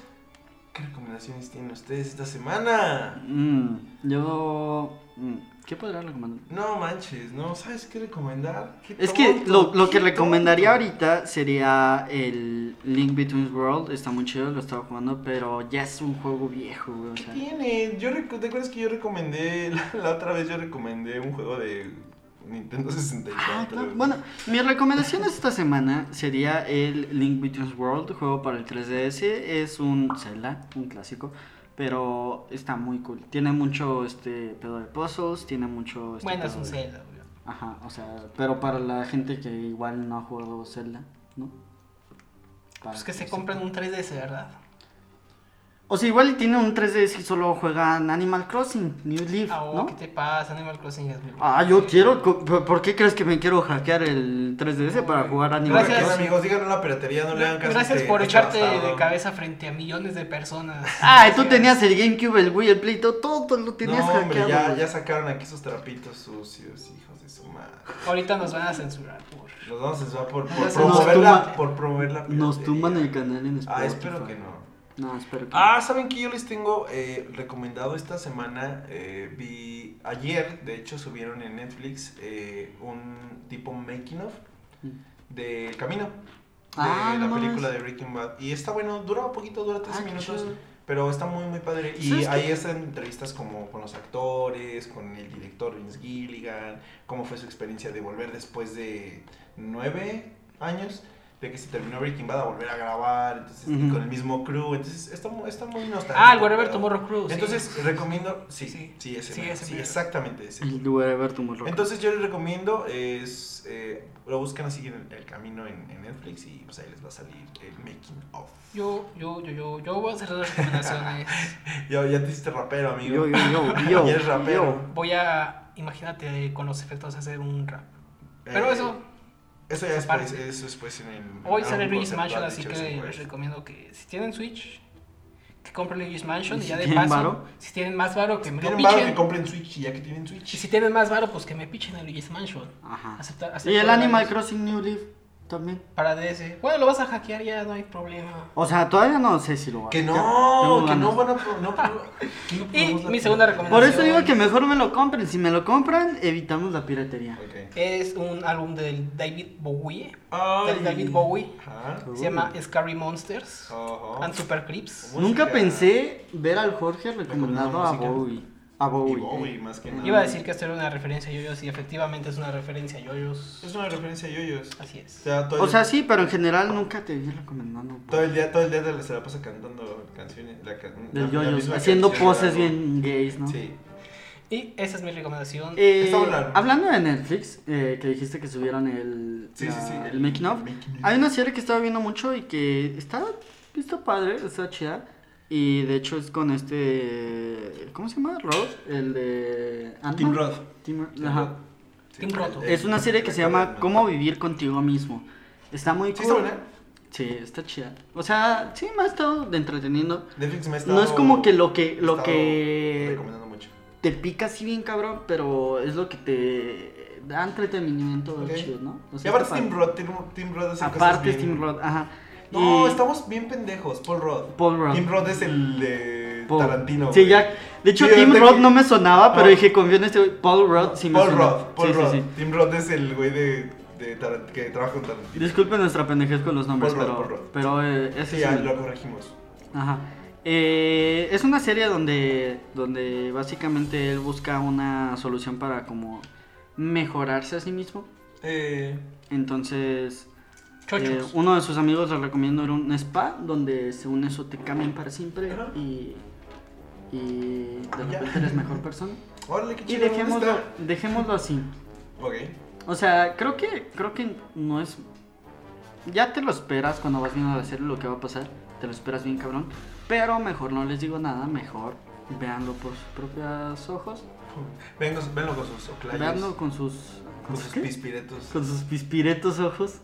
A: ¿qué recomendaciones tienen ustedes esta semana?
B: Mm, yo. mm, ¿Qué podría recomendar?
A: No manches, no sabes qué recomendar. Qué
B: Es que
A: tonto,
B: lo, lo
A: qué
B: que recomendaría
A: tonto.
B: ahorita sería el Link Between World. Está muy chido, lo estaba jugando, pero ya es un juego viejo, güey. O
A: ¿Qué
B: sea,
A: tiene? Yo recu- ¿Te acuerdas que yo recomendé, la, la otra vez yo recomendé un juego de Nintendo 64?
B: Ah, claro. Bueno, mi recomendación esta semana sería el Link Between World, juego para el 3DS. Es un Zelda, un clásico, pero está muy cool. Tiene mucho este pedo de puzzles, tiene mucho. Este
C: Bueno, es
B: pedo
C: un
B: de-
C: Zelda, güey.
B: Ajá, o sea, pero para la gente que igual no ha jugado Zelda, ¿no? Para
C: Pues que se
B: sepa.
C: compran un 3DS, ¿verdad?
B: O sea, igual y tiene un 3DS y solo juegan Animal Crossing, New Leaf,
C: Ah, oh,
B: ¿no?
C: ¿qué te pasa? Animal Crossing es muy bueno.
B: Ah, yo quiero. co- ¿Por por qué crees que me quiero hackear el 3DS para jugar
A: No
B: Animal
A: me quedan,
C: Gracias.
B: Crossing?
A: amigos, díganos la piratería, no le hagan caso. a
C: Gracias
A: este-
C: por
A: a este
C: echarte
A: bastardo.
C: de cabeza frente a millones de personas.
B: Ah, tú tenías el GameCube, el Wii, el Play, todo, todo lo tenías
A: No, hombre,
B: hackeado.
A: ya,
B: güey.
A: ya sacaron aquí sus trapitos sucios, hijos de su madre.
C: Ahorita nos van a censurar por.
A: Los vamos a censurar por, por
C: Nos
A: promover la,
B: tumba-
A: por promover la
B: Nos
A: piratería.
B: tumban el canal en Spotify.
A: Ah, espero que no.
B: No, espero que
A: Ah, ¿saben que Yo les tengo eh, recomendado esta semana, eh, vi ayer, de hecho subieron en Netflix eh, un tipo making of del camino, de
B: Ah,
A: la
B: no mames.
A: película de Breaking Bad. Y está bueno, dura poquito, dura 13
B: Ah, qué
A: minutos,
B: chido.
A: pero está muy, muy padre. Y
C: Pues
B: ¿Sabes qué?
A: ahí hacen entrevistas como con los actores, con el director Vince Gilligan, cómo fue su experiencia de volver después de nueve años. De que se terminó Breaking Bad a volver a grabar, entonces, y
B: Ujú.
A: con el mismo crew, entonces está, mu- está muy nostálgico.
C: Ah, el Wherever
A: pero-
C: Tomorrow Cruise.
A: Entonces recomiendo, sí, sí,
C: Sí.
A: ese,
C: Sí,
A: mero,
C: ese
A: sí,
C: mero.
A: exactamente ese.
B: El Wherever Tomorrow.
A: Entonces yo les recomiendo, es, eh, lo buscan así en el, el camino en, en Netflix y pues ahí les va a salir el making of.
C: Yo, yo, yo, yo, yo voy a hacer las recomendaciones.
A: Ya, ya te hiciste rapero, amigo.
B: Yo, yo, yo, yo,
A: Ya eres rapero.
B: yo.
C: Voy a imagínate con los efectos hacer un rap. Pero
A: Eh,
C: eso,
A: Eso ya
C: aparte.
A: después, eso después en el.
C: hoy sale
A: álbum
C: Luigi's Mansion,
A: conceptual,
C: así
A: dicho
C: que
A: sea,
C: les
A: pues.
C: recomiendo que si tienen Switch, que compren Luigi's Mansion
B: ¿Y
C: y
B: si
C: ya de
B: tienen
C: paso,
B: varo?
C: si tienen más varo, que me lo
A: Tienen varo que
C: pichen.
A: compren Switch y ya que tienen
C: Y
A: Switch.
C: si tienen más varo, pues que me pichen a Luigi's Mansion.
B: Ajá.
C: Aceptar-
B: Y el
C: aceptar-
B: Animal Crossing New Leaf también.
C: Para DS. Bueno, lo vas a hackear ya, no hay problema.
B: O sea, todavía no sé si lo va a
A: Que
B: Tengo
A: no, que no
B: ganas.
A: van a. pro- No, pro- que no
C: Y
A: probamos la
C: mi segunda
A: piratería.
B: Por eso
C: recomendación
B: digo que mejor me lo compren. Si me lo compran, evitamos la piratería.
A: Ok.
C: es un álbum del David Bowie.
A: Ay.
C: Del David Bowie.
A: Ajá.
C: Se llama Scary Monsters
A: Ajá.
C: and Super Creeps.
A: Música.
B: Nunca pensé ver al Jorge recomendado a
A: Recomendado música.
B: Bowie. A
A: Y
B: Bowie.
A: Bowie,
B: eh.
A: más que nada.
C: Iba a decir que esto era una referencia a Yoyos y efectivamente es una referencia a Yoyos.
A: Es una referencia a yoyos.
C: Así
A: O
C: es.
A: sea, todo
B: O
A: el-
B: sea, sí, pero en general nunca te vi recomendando. Bowie.
A: Todo el día, todo el día se la pasa cantando canciones. La, ca- la-
B: Del
A: la
B: yoyos,
A: misma
B: haciendo
A: canción,
B: poses
A: ¿no?
B: bien gays, ¿no?
A: Sí.
C: Y esa es mi recomendación.
B: Eh,
A: Está bueno.
B: hablando de Netflix, eh, que dijiste que subieron el,
A: Sí, sí, sí,
B: el,
A: el
B: making of,
A: making of.
B: hay una serie que estaba viendo mucho y que está, está padre, está chida. Y de hecho es con este. ¿Cómo se llama? Ross, el de. Ant-Man.
A: Tim Roth.
B: Tim- ajá.
A: Sí.
C: Tim Roth.
B: Es una serie que se llama Cómo vivir contigo mismo. Está muy
A: Sí, está
B: cool.
A: buena.
B: Sí, está chida. O sea, sí me ha estado de entreteniendo.
A: Netflix me ha
B: No es
A: estado-
B: como que lo que-
A: me ha
B: lo
A: estado
B: que-
A: Recomendando mucho.
B: te pica así bien cabrón, pero es lo que te da entretenimiento
A: Ok.
B: chido, ¿no? O
A: Y
B: sea,
A: aparte
B: está
A: es Tim
B: padre.
A: Roth. Tim, Tim Roth hace cosas
B: Aparte
A: bien...
B: es Tim Roth, ajá.
A: No,
B: Y
A: estamos bien pendejos. Paul Roth.
B: Paul Rudd.
A: Tim Roth es el de
B: Paul-
A: Tarantino.
B: Sí,
A: güey.
B: ya. De hecho,
A: Sí,
B: Tim
A: ahorita
B: Roth
A: que-
B: no me sonaba, pero
A: No.
B: dije, confío en este güey. Paul Rudd sí me
A: Paul
B: sonó.
A: Roth. Paul
B: sí,
A: Roth.
B: sí,
A: Tim Roth es el güey de, de Tarant- que trabaja con
B: sí.
A: Tarantino.
B: Disculpen nuestra pendejez con los nombres,
A: Paul Rudd,
B: pero,
A: Paul Rudd.
B: pero eh, ese
A: Sí,
B: es
A: ya
B: el-
A: lo corregimos.
B: Ajá. Eh, es una serie donde, donde básicamente él busca una solución para como mejorarse a sí mismo.
A: Eh,
B: Entonces, Eh,
C: Chochos.
B: uno de sus amigos les recomiendo era un spa donde según eso te cambian para siempre
A: Ajá.
B: y, y de
A: Ya.
B: repente eres mejor persona.
A: órale, qué
B: Y
A: chido. ¿dónde
B: dejémoslo,
A: está?
B: dejémoslo así.
A: Ok.
B: O sea, creo que, creo que no es... Ya te lo esperas cuando vas viendo la serie lo que va a pasar. Te lo esperas bien cabrón. Pero mejor no les digo nada, mejor véanlo por sus propios ojos.
A: Vengo, venlo con sus oclayos.
B: Véanlo con sus...
A: Con sus
B: qué?
A: pispiretos.
B: Con sus pispiretos ojos.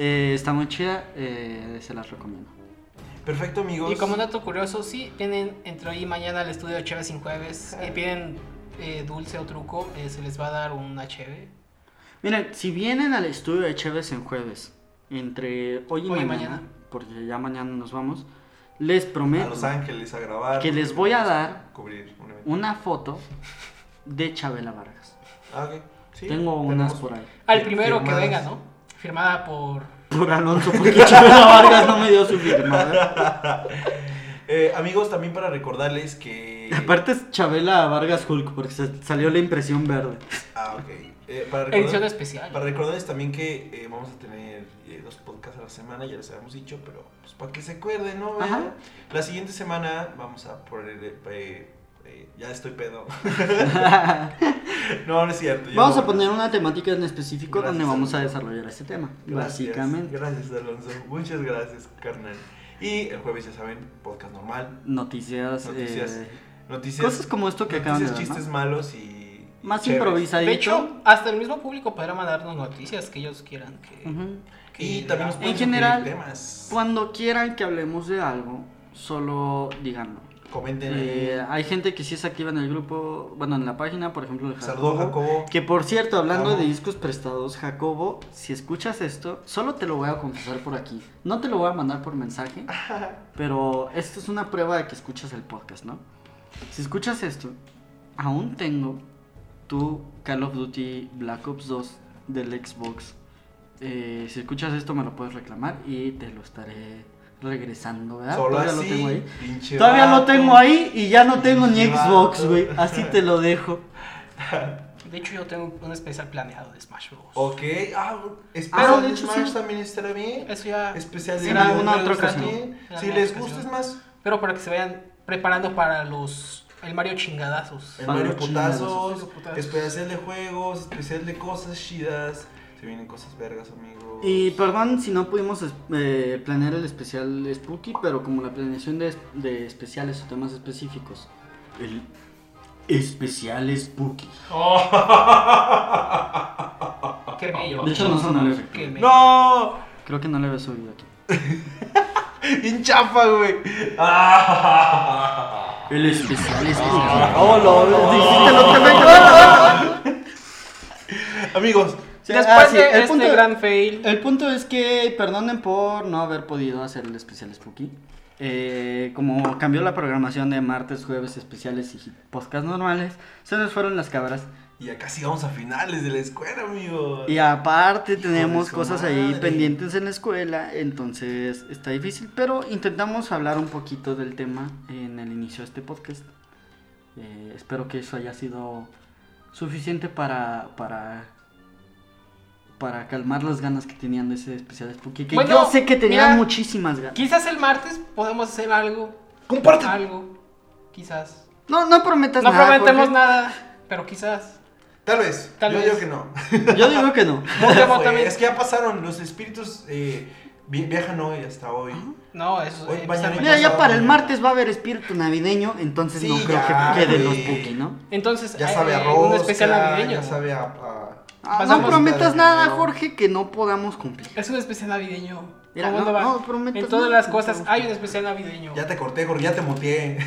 B: Eh, está muy chida, eh, se las recomiendo.
A: Perfecto, amigos.
C: Y como dato curioso, sí, vienen entre hoy y mañana al estudio Chévere sin Jueves y piden eh, dulce o truco, eh, se les va a dar un HB.
B: Miren, si vienen al estudio de Chévez en jueves, entre hoy y
C: Hoy y
B: mañana,
C: mañana.
B: porque ya mañana nos vamos, les
A: a
B: prometo
A: Los Ángeles a grabar.
B: que les voy a dar
A: Cubrir un evento.
B: una foto de Chabela Vargas.
A: Ah, ok. Sí,
B: Tengo unas por ahí.
C: Al primero que
A: Firmadas.
C: venga, ¿no? Firmada por...
B: Por Alonso, porque Chabela Vargas no me dio su firmada.
A: Eh, amigos, también para recordarles que.
B: Aparte es Chabela Vargas Hulk, porque se- salió la impresión verde.
A: Ah, ok. Eh, para,
C: Edición
A: recordar-
C: especial.
A: para recordarles también que eh, vamos a tener eh, dos podcasts a la semana, ya les habíamos dicho, pero pues, para que se acuerden, ¿no?
B: Ajá.
A: Eh, La siguiente semana vamos a poner. eh, eh, eh, ya estoy pedo. no, no es cierto. yo
B: Vamos
A: no-
B: a poner una temática en específico donde
A: Gracias,
B: vamos a
A: Alonso.
B: desarrollar este tema,
A: Gracias,
B: básicamente.
A: Gracias, Alonso. Muchas gracias, carnal. Y el jueves, ya saben, podcast normal.
B: Noticias,
A: Noticias.
B: eh,
A: Noticias.
B: cosas como esto que acaban de
A: noticias,
B: ver, ¿no?
A: chistes malos y.
B: Más
A: chéveres.
B: improvisadito.
C: De hecho, hasta el mismo público podrá mandarnos noticias que ellos quieran que...
B: Ujú.
C: que
A: Y también nos
C: hagamos.
A: pueden
B: En general,
A: sugerir temas.
B: Cuando quieran que hablemos de algo, solo díganlo.
A: Comenten ahí.
B: Eh, hay gente que sí es activa en el grupo, bueno, en la página, por ejemplo, de
A: Sardo,
B: Jacobo.
A: Jacobo.
B: Que por cierto, hablando
A: Vamos.
B: de discos prestados, Jacobo, si escuchas esto, solo te lo voy a confesar por aquí. No te lo voy a mandar por mensaje, pero esto es una prueba de que escuchas el podcast, ¿no? Si escuchas esto, aún tengo tu Call of Duty Black Ops 2 del Xbox. Eh, si escuchas esto, me lo puedes reclamar y te lo estaré regresando, ¿verdad?
A: Solo
B: Todavía
A: así.
B: lo tengo ahí.
A: pinche
B: Todavía lo
A: vato.
B: tengo ahí y ya no tengo ni
A: Pinche
B: Xbox,
A: vato.
B: güey. Así te lo dejo.
C: De hecho, yo tengo un especial planeado de Smash Bros.
A: Ok. Ah, espero
B: Ah, de
A: que
B: hecho,
A: Smash
B: sí.
A: también estará bien.
C: Eso ya...
A: Especial
B: En alguna
A: videojuegos
B: otra ocasión.
A: también.
C: En
A: Si
C: alguna
A: les
C: otra
A: gusta, es
C: ocasión.
A: más.
C: Pero para que se vayan preparando para los... El Mario chingadazos.
A: El
B: Para
A: Mario
B: los chingados.
A: Putazos,
C: Los putazos.
A: especial de juegos, especial de cosas chidas. Se vienen cosas vergas, amigos.
B: Y perdón si no pudimos es- eh, planear el especial Spooky, pero como la planeación de, es- de especiales o temas específicos, el especiales Spooky.
C: Qué bello.
B: De hecho, no son al efecto.
C: Qué bello.
D: ¡No!
B: Creo que no le había subido aquí.
D: ¡Bien chafa, güey! ¡Ah!
B: El especial Ah,
D: ¡Oh, lo- lo- dijiste lo que me- Amigos,
C: Después
B: Ah, Ah, sí,
C: de
B: el
C: este
B: punto-
C: gran fail,
B: El punto es que perdonen por no haber podido hacer el especial Spooky. Eh, como cambió la programación de martes, jueves especiales y podcast normales, se nos fueron las cabras.
A: Y ya casi vamos a finales de la escuela, amigos.
B: Y aparte tenemos
A: su
B: cosas ahí
A: madre.
B: pendientes en la escuela, entonces está difícil, pero intentamos hablar un poquito del tema en el inicio de este podcast. Eh, espero que eso haya sido suficiente para, para, para calmar las ganas que tenían de ese especial Spooky, que
C: Bueno,
B: yo sé que tenían
C: mira,
B: muchísimas ganas.
C: quizás el martes podemos hacer algo.
A: Compartan.
C: Algo. Quizás.
B: No, no prometas
C: No
B: Pues nada.
C: prometemos
B: Jorge.
C: nada, pero quizás.
A: Tal vez.
C: Tal
A: yo
C: vez.
A: digo que no.
B: Yo digo que no.
C: Muy
A: Ya fue,
C: remotamente.
A: Es que ya pasaron. Los espíritus eh, vi- viajan hoy hasta hoy.
C: No, eso
A: Hoy
C: eh,
A: mañana
C: empezar
B: Mira,
C: mañana.
B: ya para el martes va a haber espíritu navideño, entonces
A: Sí,
B: no creo
A: ya,
B: que queden los
A: güey.
B: Spooky, ¿no?
C: Entonces,
A: Ya
C: eh,
A: sabe a
C: eh,
A: rosca,
C: un especial navideño.
A: Ya sabe a. a-
B: Ah, no
C: Pasamos
B: prometas
A: a-
B: nada, Jorge, que no podamos cumplir.
C: Es un especial navideño.
B: Mira,
C: ¿Cómo
B: no-
C: no va?
B: no prometas
C: en todas
B: nada,
C: las
B: no
C: cosas
B: prometas
C: hay un
B: nada.
C: especial navideño.
A: Ya te corté, Jorge, ya te muteé.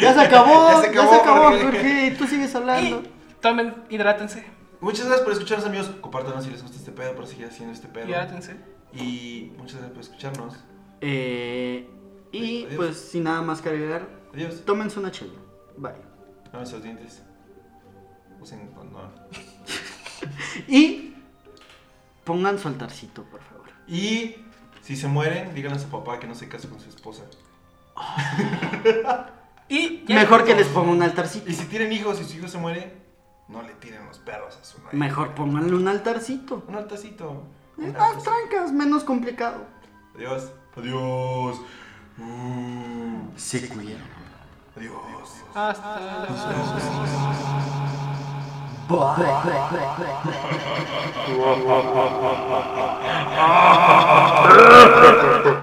B: Ya se acabó, ya se acabó,
A: Jorge.
B: Jorge, tú sigues hablando.
C: Y tomen, hidrátense.
A: muchas gracias por escucharnos, amigos. Compártanos si les gusta este pedo para seguir haciendo este pedo.
C: Hidrátense.
A: Y muchas gracias por escucharnos.
B: Eh, y
A: Adiós.
B: pues sin nada más que agregar,
A: Adiós.
B: tómense una chela. Bye.
A: Lávense los dientes. Usen condón.
B: Y pongan su altarcito, por favor.
A: Y si se mueren, díganle a su papá que no se case con su esposa.
C: Y ya
B: Mejor que
C: chicos,
B: les pongan un altarcito.
A: Y si tienen hijos y su hijo se muere, no le tiren los perros a su madre.
B: Mejor pónganle un altarcito.
A: Un altacito.
B: Es
A: Un
B: más
A: altacito.
B: trancas, menos complicado.
A: Adiós. Adiós. Mm.
B: Se cuidan.
A: Adiós.
C: Hasta la
B: Bye.